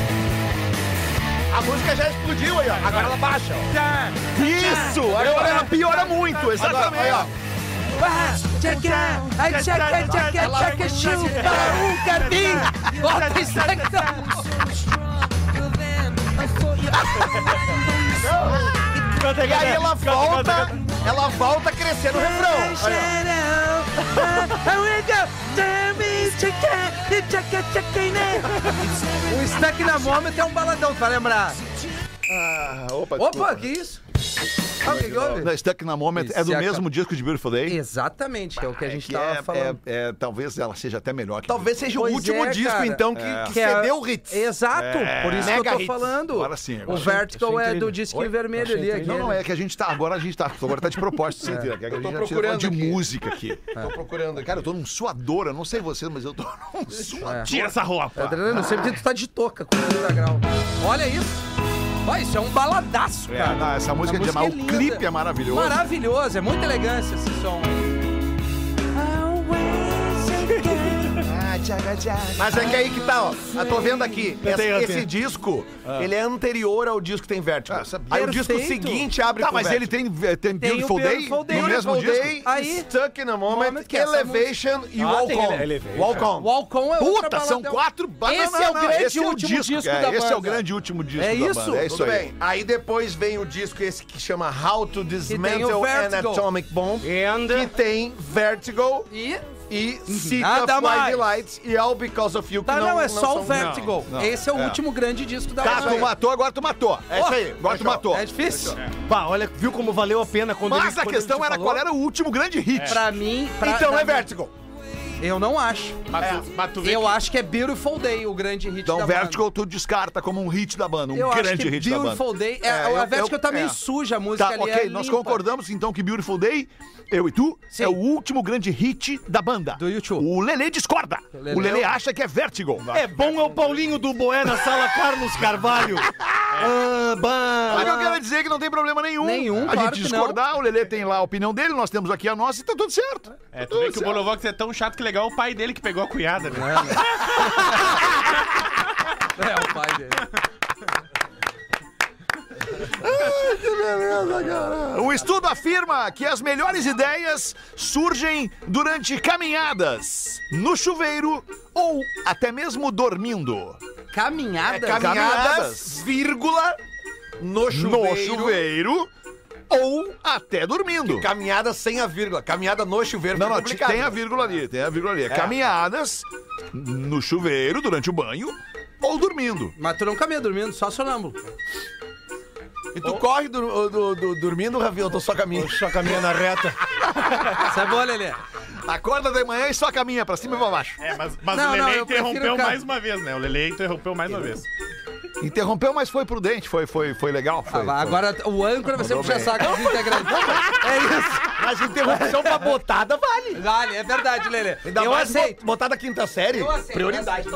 S4: A música já explodiu aí ó, agora ela baixa ó.
S2: Isso! Agora ela piora muito,
S4: Agora,
S2: exatamente.
S4: olha ó.
S5: Ah, tchaca, ai, tchaca, tchaca, tchaca, chupa o capim. Um Bota isso aqui.
S4: E
S3: é-
S4: aí ela volta, ela volta crescendo o refrão. Aí, ó.
S5: O Stack na Moment é um baladão, tu vai lembrar.
S2: Ah, opa,
S5: tá, Opa,
S2: desculpa.
S5: que isso? Ah, o que que houve?
S2: Não, Stuck in a Moment é do
S5: Esse
S2: mesmo disco de Beautiful Day.
S5: Exatamente, é o que a gente
S2: que
S5: tava
S2: é-
S5: falando.
S2: é- é, talvez ela seja até melhor que
S4: Talvez seja
S5: Pois
S4: o último
S5: é,
S4: disco,
S5: cara.
S4: então, que, que
S5: Que é-
S4: cedeu hits.
S5: Exato, por isso que
S4: Mega
S5: eu tô
S4: hits.
S5: falando.
S2: É. Agora sim, agora.
S5: o Vertical
S3: Achei
S5: é do
S3: incrível.
S5: disco
S3: Oi?
S5: vermelho
S3: Achei
S5: ali.
S3: incrível.
S2: Não,
S5: aquele.
S2: não, é que a gente tá. Agora a gente tá. Agora tá de propósito, você entendeu? Que a gente já tinha
S4: procurando
S2: falado de
S4: aqui.
S2: música aqui.
S4: Tô procurando aqui.
S2: Cara, eu tô num suador, eu não sei você, mas eu tô num suador.
S6: Tira essa roupa.
S5: Adriano, sempre tu tá de touca com 30 graus. Olha isso. Ó, isso é um baladaço,
S2: É,
S5: cara.
S2: não, essa música,
S5: A
S2: de
S5: música
S2: mas
S5: é
S2: o
S5: linda.
S2: clipe é maravilhoso.
S5: Maravilhoso, é muita elegância esse som.
S4: Mas é que aí que tá, ó. Eu tô vendo aqui. Esse, esse disco, ele é anterior ao disco que tem Vertigo.
S2: Ah, sabia.
S4: aí o disco
S5: Ah. Perfeito.
S4: seguinte abre
S2: Tá,
S4: com
S2: mas ele
S4: Vertigo.
S2: tem, eh, tem Beautiful
S5: o
S2: Day
S5: Beautiful
S2: no
S5: Day.
S2: mesmo
S4: Beautiful
S2: disco?
S4: Day,
S5: Aí-
S4: Stuck in a Moment,
S5: Moment, que é essa
S4: Elevation e
S3: Ah,
S4: Walk
S3: tem
S4: On.
S2: é
S3: Elevation.
S4: Walk On.
S5: Walk On é outra
S2: Puta, são
S5: baladão.
S2: quatro
S5: Esse é o grande último disco
S2: é,
S5: da
S2: Esse é o
S5: banda.
S2: grande último disco
S5: É
S2: da
S5: isso?
S2: banda. É isso
S4: Tudo
S2: aí.
S4: bem. Aí depois vem o disco esse que chama How to
S5: tem o
S4: Dismantle an
S5: Vertigo.
S4: Atomic Bomb.
S3: And-
S4: Que tem Vertigo
S5: E...
S4: e Seek
S5: Nada
S4: of Blinding
S5: mais.
S4: Lights e All Because of You. que
S5: Tá, não, é só
S4: são-
S5: o Vertigo.
S2: não,
S5: Esse é o
S2: é.
S5: último grande disco da
S2: Tá,
S5: banda.
S2: tu matou, agora tu matou.
S4: É isso aí.
S2: Agora tu
S4: Fechou.
S2: matou.
S5: É difícil.
S3: Pá, olha, viu como valeu a pena quando ele-
S2: Mas a
S3: quando ele
S2: questão
S3: te
S2: era
S3: falou?
S2: qual era o último grande hit.
S5: Pra mim... pra-
S4: Então
S5: na-
S4: é Vertigo.
S5: Eu não acho.
S3: é-
S6: Mas, tu- mas tu vê
S5: Eu
S6: que-
S5: acho que é Beautiful Day o grande hit
S2: Então
S5: da
S2: Vertigo tu descarta como um hit da banda, um
S5: banda. Eu acho
S2: grande
S5: que
S2: hit da banda.
S5: Beautiful Day... É,
S2: É,
S5: a
S2: eu-
S5: Vertigo
S2: eu-
S5: tá meio
S2: é.
S5: suja a música
S2: Tá,
S5: ali.
S2: ok,
S5: é
S2: nós
S5: limpa.
S2: concordamos então que Beautiful Day, eu e tu,
S5: Sim.
S2: é o último grande hit da banda.
S5: Do YouTube.
S2: O Lelê discorda.
S5: Lelê-
S2: O Lelê acha que é Vertigo.
S3: É bom é o Paulinho do Boé na sala Carlos Carvalho. Ah, bah.
S2: Mas eu quero dizer que não tem problema nenhum.
S5: Nenhum,
S2: A
S5: claro
S2: gente
S5: que
S2: discordar, o Lelê tem lá a opinião dele, nós temos aqui a nossa e tá tudo certo.
S6: É, tu vê que o Bolovox é tão chato que legal o pai dele que pegou a cunhada, né?
S5: É, o pai dele.
S2: O estudo afirma que as melhores ideias surgem durante caminhadas, no chuveiro ou até mesmo dormindo. É
S5: Caminhada?
S2: Caminhadas.
S4: Caminhadas, vírgula, no chuveiro.
S2: No chuveiro ou até dormindo.
S4: Caminhada sem a vírgula. Caminhada no chuveiro.
S2: Não,
S4: foi
S2: não,
S4: complicado.
S2: tem a vírgula ali, tem a vírgula ali. É Caminhadas no chuveiro, durante o banho ou dormindo.
S5: Mas tu não caminha dormindo, só sonâmbulo.
S4: E tu corre do, do- do- dormindo, Ravinho, eu tô só caminho.
S3: Só caminha na reta.
S5: Isso é boa, Lelê.
S2: Acorda de manhã e só caminha pra cima e pra baixo.
S6: É, mas, mas
S5: Não,
S6: o
S5: não,
S6: Lele
S5: eu prefiro
S6: interrompeu
S5: o cara.
S6: mais uma vez, né? O Lele interrompeu mais uma vez.
S2: Interrompeu, mas foi prudente, foi, foi, foi legal. Foi,
S5: Ah, agora o âncora vai ser puxar saco dos integrantes. É isso.
S4: Mas interrupção pra botada vale.
S5: Vale, é verdade, Lelê.
S4: Ainda
S5: eu
S4: mais
S5: aceito.
S4: bo- Botar da quinta série?
S5: Eu aceito.
S4: Prioridade.
S5: eu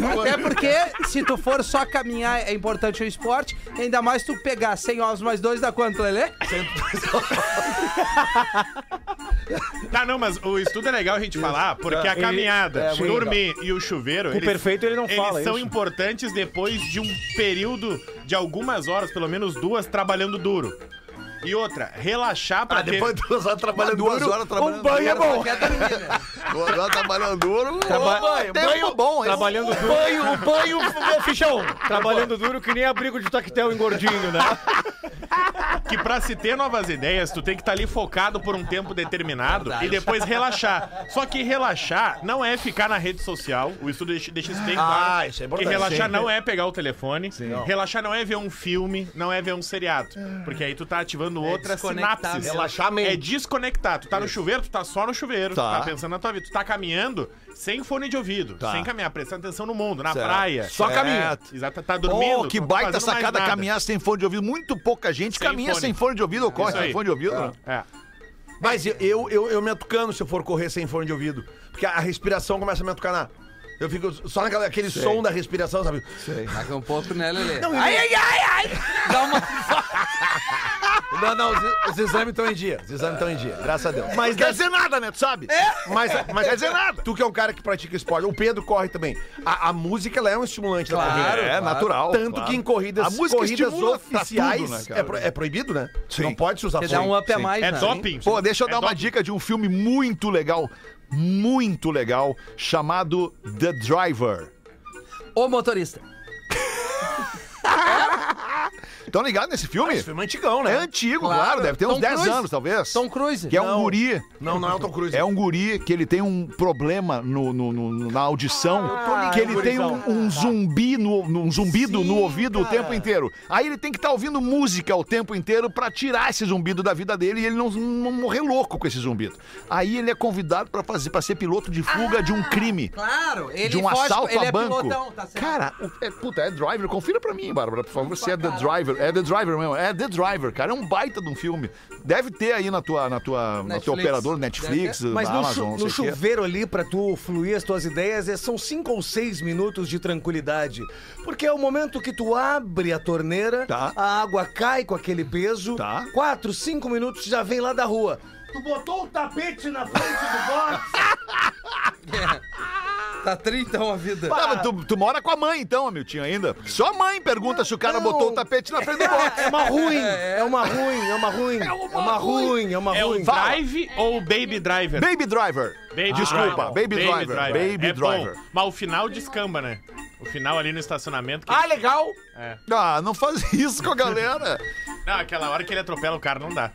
S5: total. Até porque, se tu for só caminhar, é importante o esporte. Ainda mais tu pegar 100 ovos mais dois dá quanto, Lelê?
S6: Tá, não, mas o estudo é legal a gente falar, porque a
S3: Ele-
S6: caminhada,
S3: é, muito
S6: dormir e o chuveiro. eles-
S3: perfeito ele não
S6: eles
S3: fala
S6: são
S3: isso.
S6: importantes depois de um período de algumas horas, pelo menos duas, trabalhando duro. E outra, relaxar pra
S4: Ah,
S6: ter-
S4: depois de duas horas trabalhando
S2: duas
S4: duro,
S2: horas trabalhando
S4: um banho é
S2: duro.
S4: bom.
S5: Quer dormir, né?
S2: Duas horas trabalhando duro.
S3: Traba-
S2: Banho, banho bom. esse-
S3: Trabalhando duro.
S4: Banho, o banho, f- fichão.
S3: Trabalhando duro que nem abrigo de tactel engordinho, né?
S6: que pra se ter novas ideias, tu tem que estar ali focado por um tempo determinado e depois relaxar. Só que relaxar não é ficar na rede social. O estudo deixa, deixa isso bem claro.
S4: Ah, isso é importante.
S6: Que relaxar
S4: Sim.
S6: não é pegar o telefone. Relaxar não é ver um filme, não é ver um seriado. Porque aí tu tá
S2: É
S6: ativando outras
S5: desconectar
S6: sinapses.
S5: mesmo.
S4: Relaxar a mente.
S6: É desconectar. Tu tá no chuveiro, tu tá só no chuveiro.
S2: Tá. Tá.
S6: Tu tá pensando na tua vida. Tu tá caminhando sem fone de ouvido, sem caminhar, prestando atenção no mundo, na
S2: Certo.
S6: praia.
S2: Só caminha.
S6: Exato, tá dormindo.
S2: Oh, que
S6: não tá
S2: baita
S6: fazendo mais
S2: sacada
S6: nada.
S2: caminhar sem fone de ouvido. Muito pouca gente
S6: Sem
S2: caminha
S6: fone.
S2: sem fone de ouvido ou corre
S6: Isso
S2: sem
S6: aí.
S2: fone de ouvido.
S6: É.
S4: Mas eu, eu, eu, eu me atucando se eu for correr sem fone de ouvido. Porque a respiração começa a me atucanar. Eu fico só naquele aquele som da respiração, sabe?
S5: Taca um pouco, né, Lelê? ai, ai, ai, ai! Dá uma...
S4: Não, Ah, não, os, os exames estão em dia. Os exames estão em dia, graças a Deus.
S2: Mas quer dizer nada, né? Tu sabe?
S6: É?
S4: Mas, mas quer dizer nada. Tu que é um cara que pratica esporte, o Pedro corre também. A, a música ela é um estimulante da
S5: Claro,
S4: corrida.
S2: É,
S5: claro.
S2: natural.
S4: Tanto
S2: claro.
S4: que em corridas,
S2: A música
S4: corridas
S2: estimula pra
S4: oficiais
S2: tudo, né, cara?
S4: é, pro- é proibido, né?
S2: Sim.
S4: Não pode se usar
S5: Você dá um up a mais,
S6: É
S5: né?
S6: doping.
S2: Pô, deixa eu
S6: É
S2: dar uma
S6: doping.
S2: dica de um filme muito legal, muito legal, chamado The Driver.
S5: O motorista.
S2: Estão ligados nesse filme?
S4: Esse filme é antigão,
S2: É
S4: né?
S2: antigo,
S5: Claro.
S2: claro, deve ter uns
S5: Tom
S2: 10
S5: Cruise.
S2: anos, talvez.
S5: Tom Cruise.
S2: Que é um guri.
S4: Não, não é o Tom Cruise.
S2: É um guri que ele tem um problema no, no- no- na audição. que ele tem um, um zumbi no, no- um zumbido no ouvido o tempo inteiro. Aí ele tem que estar ouvindo música o tempo inteiro pra tirar esse zumbido da vida dele e ele não, não morrer louco com esse zumbido. Aí ele é convidado pra fazer para ser piloto de fuga de um crime.
S5: Claro, ele
S2: de um
S5: foge-
S2: assalto a
S5: ele é
S2: banco.
S5: pilotão, tá certo.
S2: Cara, o- é, puta, é Driver. Confira pra mim, Bárbara, por favor, se é The Driver. É The Driver mesmo. É The Driver, cara. É um baita de um filme. Deve ter aí na tua, na tua, no teu
S5: Netflix.
S2: operador Netflix,
S3: Mas
S2: na
S3: no, chu-
S2: Amazon, não
S3: no
S2: sei o quê.
S3: chuveiro ali, pra tu fluir as tuas ideias, é- são cinco ou seis minutos de tranquilidade. Porque é o momento que tu abre a torneira,
S2: Tá.
S3: a água cai com aquele peso,
S2: Tá.
S3: quatro, cinco minutos já vem lá da rua. Tu botou o tapete na frente do box?
S5: Tá tri, então, a vida.
S2: Tá, mas tu, tu mora com a mãe, então, Amiltinho, ainda? Só a mãe pergunta se o cara
S3: Não.
S2: botou o tapete na frente do box.
S3: É uma ruim, é uma ruim, é uma ruim, é uma ruim, é uma
S6: É o
S3: ruim.
S6: Drive ou o Baby Driver?
S2: Baby Driver.
S6: Baby
S2: Desculpa,
S6: Driver.
S2: Baby, Driver. Baby
S6: é
S2: Driver.
S6: Bom, mas o final descamba, né? O final ali no estacionamento. que-
S7: Ah, legal!
S2: Ah, não faz isso com a galera.
S6: Não, aquela hora que ele atropela o cara não dá.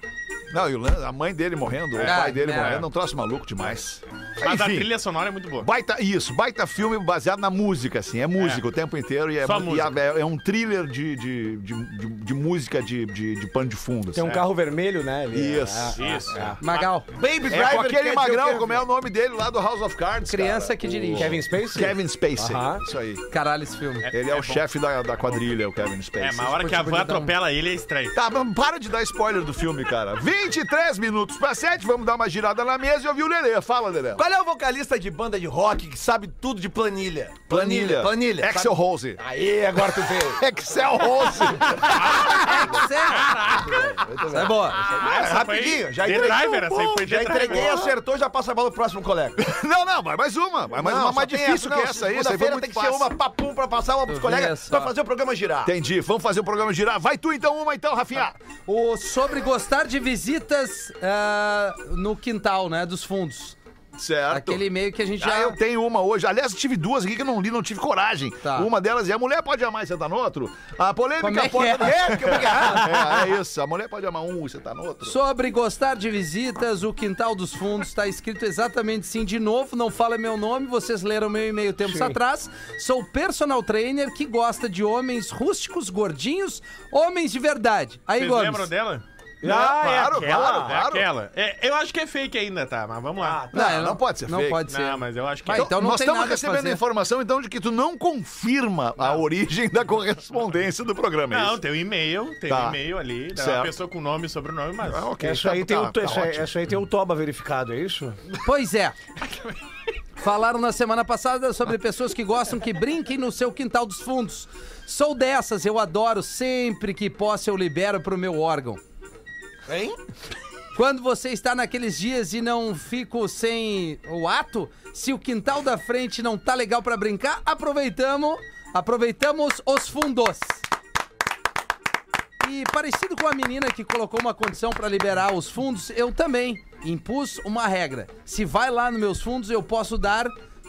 S2: Não, e o Lan- a mãe dele morrendo, o
S5: É.
S2: pai
S3: né?
S2: dele
S5: É.
S2: morrendo, é um troço maluco demais.
S6: Mas a
S2: Enfim.
S6: trilha sonora é muito boa.
S2: Baita, isso, baita filme baseado na música, assim. É música
S6: É.
S2: o tempo inteiro e é,
S6: Só
S2: e
S6: música.
S2: é- é um thriller de, de, de, de- de música de, de, de pano de fundo.
S3: Tem um
S2: assim.
S3: carro vermelho, né? ali?
S2: Isso.
S6: Isso.
S5: Magal,
S4: Baby
S2: É com
S4: quer
S2: aquele
S4: dizer o
S2: magrão,
S4: quê?
S2: como é o nome dele lá do House of Cards.
S5: criança
S2: cara.
S5: que dirige.
S3: Kevin Spacey?
S2: Kevin Spacey.
S3: Aham.
S2: Isso aí.
S5: Caralho, esse filme.
S2: Ele é, o
S6: bom.
S2: chefe da, da quadrilha, o Kevin Spacey.
S6: É, mas a hora que a van atropela ele é estranho.
S2: Tá, mas para de dar spoiler do filme, cara. 23 minutos pra 7, vamos dar uma girada na mesa e ouvir o Lelê. Fala, Lelê.
S4: Qual é o vocalista de banda de rock que sabe tudo de planilha?
S2: Planilha.
S4: Planilha.
S2: Excel Rose.
S4: Aí, agora tu veio.
S2: Excel Rose.
S5: Essa Ah, é boa.
S6: Ah, essa foi
S4: rapidinho, já
S6: The
S4: entreguei
S6: Driver, essa aí foi
S4: Já
S6: The
S4: entreguei,
S6: Driver.
S4: acertou, já passa a bola pro próximo colega.
S2: não, não, vai mais uma. Vai mais
S4: Não,
S2: uma
S4: só
S2: mais
S4: tem
S2: difícil
S4: não,
S2: que essa aí. Essa aí foi
S4: segunda-feira
S2: muito
S4: tem que ser
S2: fácil.
S4: uma papum pra passar uma pros
S5: Eu vi
S4: colegas
S5: essa.
S4: pra fazer o programa girar.
S2: Entendi. Vamos fazer o programa girar. Vai tu então, uma então, Rafinha.
S5: O sobre gostar de visitas ah, no quintal, né? Dos fundos.
S2: Certo.
S5: Aquele e-mail que a gente já.
S2: Já eu tenho uma hoje. Aliás, tive duas aqui que eu não li, não tive coragem.
S5: Tá.
S2: Uma delas é a mulher pode amar e sentar no outro. A
S5: Como
S2: polêmica
S5: é que
S2: pode.
S5: é?
S2: É, como é que é? É, é isso. A mulher pode amar um e sentar no outro.
S5: Sobre gostar de visitas, o quintal dos fundos tá escrito exatamente sim de novo, não fala meu nome, vocês leram meu e-mail tempos atrás. Sou personal trainer que gosta de homens rústicos, gordinhos, homens de verdade. Aí,
S6: Vocês
S5: Gomes.
S6: lembram dela?
S2: Ah, claro,
S6: Aquela?
S2: claro,
S6: É
S2: claro.
S6: aquela. É, eu acho que é fake ainda, tá? Mas vamos lá.
S2: Não, não, pode ser
S5: Não
S2: fake.
S5: pode ser.
S6: Não, mas eu acho que
S5: Vai,
S6: é.
S5: então não
S2: Nós
S5: tem
S2: estamos
S5: nada a
S2: recebendo a
S5: fazer.
S2: informação, então, de que tu não confirma a origem da correspondência do programa. é
S6: Não,
S2: isso?
S6: tem um e-mail, tem
S2: Tá.
S6: um e-mail ali, da
S2: Certo.
S6: pessoa com nome e sobrenome, mas.
S2: Ah, ok.
S3: Essa aí,
S2: Tá-
S3: tem
S2: tá-
S3: o,
S2: tá
S3: essa,
S2: ótimo.
S3: essa aí tem o Toba verificado, é isso?
S5: Pois é. Falaram na semana passada sobre pessoas que gostam que brinquem no seu quintal dos fundos. Sou dessas, eu adoro. Sempre que posso, eu libero pro meu órgão.
S4: Hein?
S5: Quando você está naqueles dias e não fico sem o ato, se o quintal da frente não tá legal pra brincar, aproveitamos, aproveitamos os fundos. E parecido com a menina que colocou uma condição pra liberar os fundos, eu também impus uma regra. Se vai lá nos meus fundos, eu posso dar.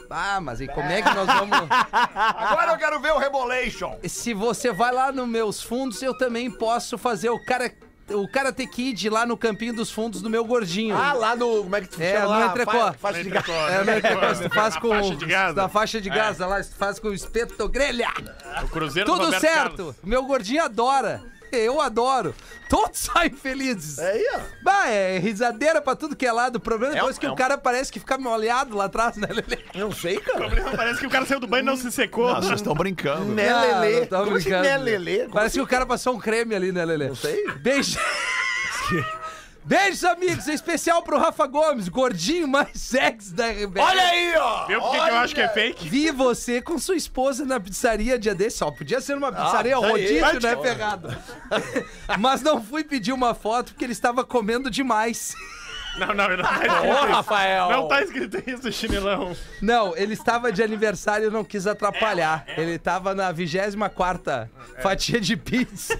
S5: Ah, mas e como é que nós vamos?
S4: Agora eu quero ver o Rebolation.
S5: se você vai lá nos meus fundos, eu também posso fazer o cara o Karate Kid lá no campinho dos fundos do meu gordinho.
S4: Ah, lá no... Como é que tu
S5: É,
S4: chama
S5: no
S4: lá?
S5: entrecô.
S4: Fa- Faixa de gato.
S5: É, né? Tu faz com.
S6: A faixa de É. gás.
S5: Da faixa de gás, lá, tu faz com o espeto grelha.
S6: O Cruzeiro do
S5: Tudo
S6: Roberto
S5: certo.
S6: Carlos.
S5: Meu gordinho adora. Eu adoro. Todos saem felizes.
S4: É aí, ó.
S5: Bah, é risadeira pra tudo que é lado. O problema é depois que
S6: é
S5: o
S6: um-
S5: cara parece que fica molhado lá atrás, né, Lelê?
S4: Não sei,
S6: O
S4: cara.
S6: problema parece que o cara saiu do banho e não se secou.
S2: Ah, vocês estão brincando.
S5: Ah,
S4: Melelê.
S5: não tava
S4: É Como assim
S5: brincando.
S4: Melelê? Como assim?
S5: Parece que o cara passou um creme ali, né, Lelê? Não
S4: sei.
S5: Beijo. Beijos, amigos. Em especial pro Rafa Gomes, gordinho mais sexy da RBS.
S4: Olha aí, ó!
S6: Viu por que que eu acho que é fake?
S5: Vi você com sua esposa na pizzaria dia desse. Só podia ser uma pizzaria ao
S4: tá aí.
S5: rodízio,
S4: Vai te-
S5: né, pegado? Mas não fui pedir uma foto porque ele estava comendo demais.
S6: Não, não, não tá escrito
S4: Ô,
S6: isso.
S4: Rafael!
S6: Não tá escrito isso, chinelão.
S5: Não, ele estava de aniversário e
S6: É,
S5: não quis atrapalhar. Ele estava na 24ª fatia de pizza.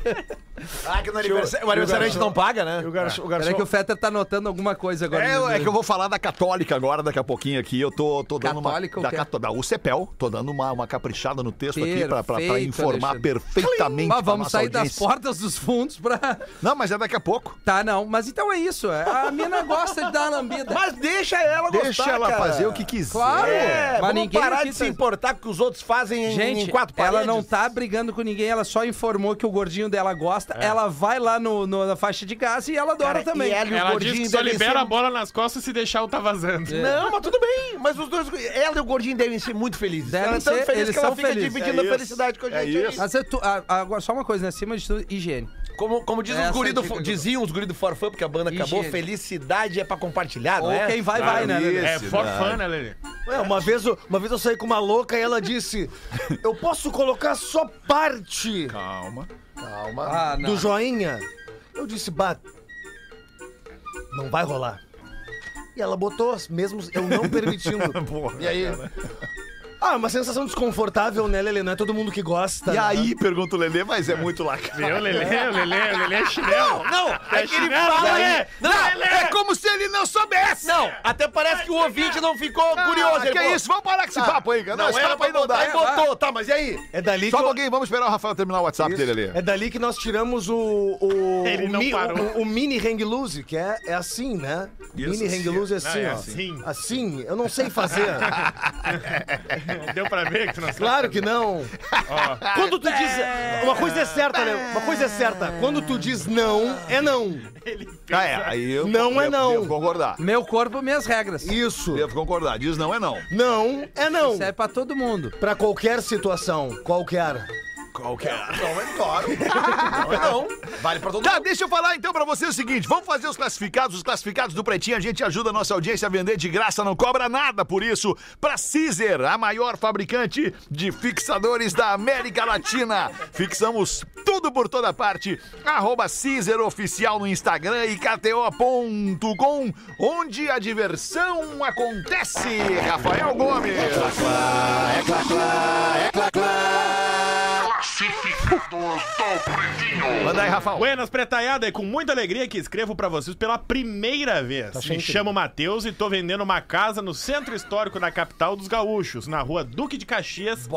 S4: Ah, que no aniversário, o aniversariante não paga, né?
S3: O garçom, o garçom-
S5: Peraí que o Fetter tá anotando alguma coisa agora.
S2: É,
S5: no-
S2: é que eu vou falar da Católica agora, daqui a pouquinho aqui. Eu tô, tô dando
S5: Católica ou
S2: uma. Da,
S5: quê?
S2: Cató- da UCPEL. Tô dando uma, uma caprichada no texto aqui pra, pra- pra
S5: Perfeito,
S2: informar
S5: Alexandre.
S2: perfeitamente.
S5: Mas
S2: pra
S5: vamos
S2: nossa
S5: sair das
S2: audiência.
S5: portas dos fundos pra.
S2: Não, mas é daqui a pouco.
S5: Tá, não. Mas então é isso. é. A mina gosta de dar uma lambida.
S4: Mas deixa ela gostar,
S2: Deixa ela
S4: cara.
S2: fazer o que quiser.
S5: Claro.
S4: É,
S5: Mas
S4: vamos
S5: ninguém
S4: parar
S5: aqui
S4: de se
S5: tá-
S4: importar com o que os outros fazem em- em
S5: Gente,
S4: quatro paredes.
S5: ela não tá brigando com ninguém, ela só informou que o gordinho dela gosta. Ela vai lá no, no- na faixa de gás e ela adora
S4: É. Cara,
S5: também.
S4: e ela e o
S6: Ela diz
S4: gordinho
S6: que só
S4: devem ser-
S6: libera a bola nas costas se deixar o tá vazando.
S5: É.
S4: Não, mas tudo bem. Mas os dois, ela e o gordinho devem ser muito felizes.
S5: Devem
S4: ela é tão
S5: ser,
S4: feliz
S5: eles
S4: que ela
S5: são
S4: fica
S5: felizes.
S2: É
S4: dividindo a
S2: isso,
S4: felicidade com a
S2: é
S4: gente. é
S2: isso.
S5: Mas eu tô- a- agora, só uma coisa, né? Acima de tudo, higiene.
S4: Como, como diz os
S5: Essa
S4: guri
S5: é a
S4: do,
S5: dica que eu dou.
S4: diziam os guri do Forfã, porque a banda acabou,
S5: Higiene.
S4: felicidade é pra compartilhar, não
S5: Ou
S4: é?
S5: quem vai,
S2: Ah,
S5: vai, né?
S2: isso.
S5: Lelê?
S6: É for fun, né, Lelê?
S3: Ué, É, uma, vez, eu- uma vez eu saí com uma louca e ela disse: Eu posso colocar só parte
S2: Calma.
S4: Calma.
S5: Ah, não.
S3: do joinha? Eu disse: Bah, não vai rolar. E ela botou, mesmo eu não permitindo.
S4: E aí?
S3: Ah, uma sensação desconfortável, né, Lelê? Não é todo mundo que gosta.
S2: E
S3: né?
S2: aí, tá pergunta o Lelê, mas é muito lá.
S6: Meu Lelê, o Lelê, o Lelê é chinelo.
S4: Não, é, que ele fala aí. Não,
S2: É como se ele não soubesse!
S4: não, até parece que o ouvinte não ficou curioso.
S2: Ah, que
S4: ele falou,
S2: é isso? Vamos parar com esse
S4: Tá.
S2: papo aí, cara.
S4: Não,
S2: esse
S4: era
S2: papo
S4: pra
S2: aí não
S4: botar
S2: dá.
S4: e botou. Tá, mas e aí?
S3: É dali que
S2: Só
S3: eu-
S2: alguém, vamos esperar o Rafael terminar o WhatsApp dele ali.
S3: É dali que nós tiramos o. o
S6: Ele
S3: o
S6: não parou.
S3: o- o mini hang loose, que é, é assim, né?
S2: Isso,
S3: mini hang loose é
S6: Não,
S3: assim,
S6: é
S3: ó.
S6: assim.
S3: Assim, eu não sei fazer.
S6: Não deu pra ver que tu não sabe.
S3: claro que não. Quando tu diz. Uma coisa é certa, né? Uma coisa é certa. Quando tu diz não, é não.
S2: Ah, é. Aí eu
S3: Não é
S2: devo-
S3: não.
S2: Devo concordar.
S5: Meu corpo, minhas regras.
S3: Isso.
S2: Devo concordar. Diz não é não.
S3: Não é não.
S5: Isso é pra todo mundo.
S3: Pra qualquer situação, qualquer.
S4: Não, é claro. Não, é não. Vale pra todo
S2: Tá, deixa eu falar então pra você o seguinte: vamos fazer os classificados. Os classificados do Pretinho, a gente ajuda a nossa audiência a vender de graça, não cobra nada por isso. Pra Cizer, a maior fabricante de fixadores da América Latina. Fixamos tudo por toda parte. Arroba Cizer Oficial no Instagram e KTO.com, onde a diversão acontece. Rafael Gomes. Manda aí, Rafael.
S6: Buenas, pretaiada, é com muita alegria que escrevo pra vocês pela primeira vez. Me chamo Matheus e tô vendendo uma casa no centro histórico da capital dos gaúchos, na rua Duque de Caxias,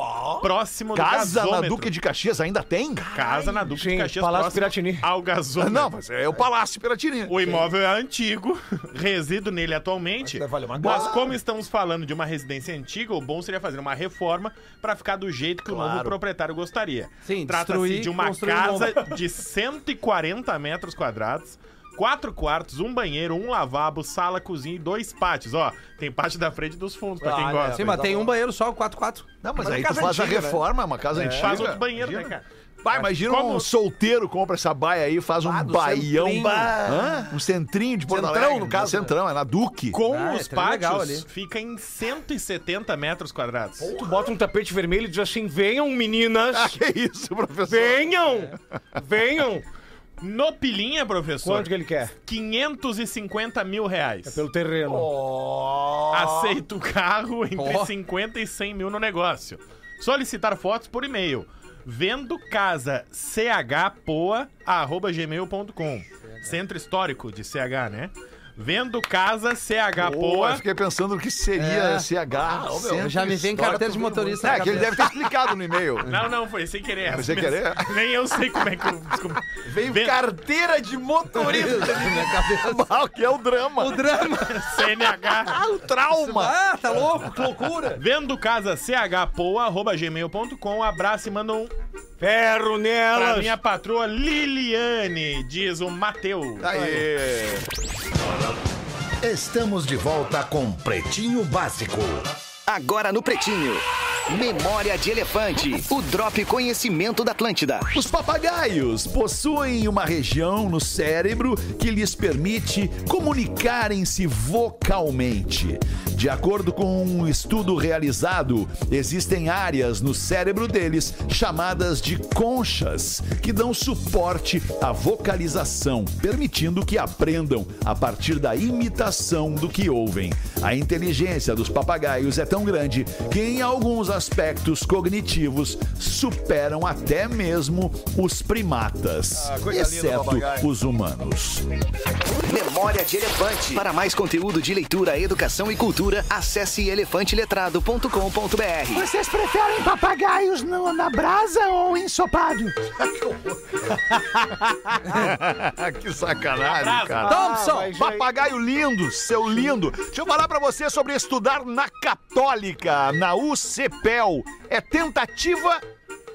S6: próximo do
S2: Casa na
S6: gasômetro.
S2: Duque de Caxias ainda tem?
S6: Casa na Duque de
S3: Gente,
S6: Caxias,
S3: Palácio
S6: próximo
S3: Piratini.
S6: ao gasômetro.
S2: Não, mas é o Palácio Piratini.
S6: O imóvel é antigo, resido nele atualmente.
S4: deve valer uma
S6: Mas
S4: grana.
S6: como estamos falando de uma residência antiga, o bom seria fazer uma reforma pra ficar do jeito que o novo proprietário gostaria.
S5: Sim,
S6: Trata-se
S5: destruir,
S6: de uma
S5: construir
S6: casa de 140 metros quadrados. Quatro quartos, um banheiro, um lavabo, sala, cozinha e dois pátios. Ó, tem pátio da frente e dos fundos, pra
S4: Ah,
S6: quem
S4: né?
S6: gosta.
S5: Sim, mas tem um banheiro só, o 4x4.
S2: Não, mas,
S4: Mas
S2: aí
S4: é
S2: tu
S4: casa
S2: faz a
S4: antiga, né?
S2: reforma, uma casa antiga.
S6: É. Faz outro banheiro, né, cara?
S2: Vai, imagina um
S6: Como-
S2: solteiro compra essa baia aí, faz um
S5: do
S2: baião.
S5: centrinho.
S2: Hã? Um centrinho de Porto
S4: Centrão,
S2: Alegre.
S4: no caso, né?
S2: Centrão, é na Duque.
S6: Com
S5: Ah,
S6: os
S5: é legal
S6: pátios,
S5: ali.
S6: fica em 170 metros quadrados.
S3: Tu bota um tapete vermelho e diz assim: venham, meninas!
S2: Que isso, professor?
S3: Venham! Venham!
S6: No pilinha, professor,
S3: Quanto que ele quer? É
S6: 550 mil reais.
S3: Pelo terreno.
S6: Aceita o carro entre
S5: Ó.
S6: 50 e 100 mil no negócio. Solicitar fotos por e-mail. Vendo casa chpoa.gmail.com. Centro histórico de CH, né? Vendo casa
S2: Pô, eu
S6: chpoa.
S2: fiquei pensando o que seria
S5: É.
S2: CH. centro
S5: Já me vem
S2: histórico.
S5: carteira de motorista. na
S2: É, que ele
S5: cabeça.
S2: deve ter explicado no e-mail.
S6: Não, não, foi sem querer.
S2: Foi sem
S6: essa mesmo.
S2: querer?
S6: Nem eu sei como é que. eu- Desculpa.
S4: Veio
S6: Vem-
S4: carteira de motorista.
S5: Minha cabeça.
S2: Ah, o que é o drama?
S5: O drama.
S6: CNH.
S2: O trauma.
S5: Ah, tá louco, que loucura.
S6: Vendo casa chpoa.gmail.com. Abraço e manda um
S3: Ferro
S6: pra
S3: nelas!
S6: minha patroa Liliane, diz o Matheus.
S8: Tá
S2: Aí.
S1: Estamos de volta com Pretinho Básico.
S9: Agora no Pretinho. Memória de Elefante. O Drop Conhecimento da Atlântida.
S2: Os papagaios possuem uma região no cérebro que lhes permite comunicarem-se vocalmente. De acordo com um estudo realizado, existem áreas no cérebro deles chamadas de conchas, que dão suporte à vocalização, permitindo que aprendam a partir da imitação do que ouvem. A inteligência dos papagaios é tão grande que em alguns
S8: aspectos cognitivos superam até mesmo os primatas,
S4: Ah, coisa linda,
S8: exceto
S4: papagaio.
S8: os humanos.
S10: Memória de Elefante. Para mais conteúdo de leitura, educação e cultura, acesse elefanteletrado.com.br.
S11: Vocês preferem papagaios no- na brasa ou ensopado?
S8: que sacanagem, cara.
S5: Thompson!
S8: Papagaio lindo, seu lindo. Deixa eu falar pra você sobre estudar na Católica, na UCPEL. É tentativa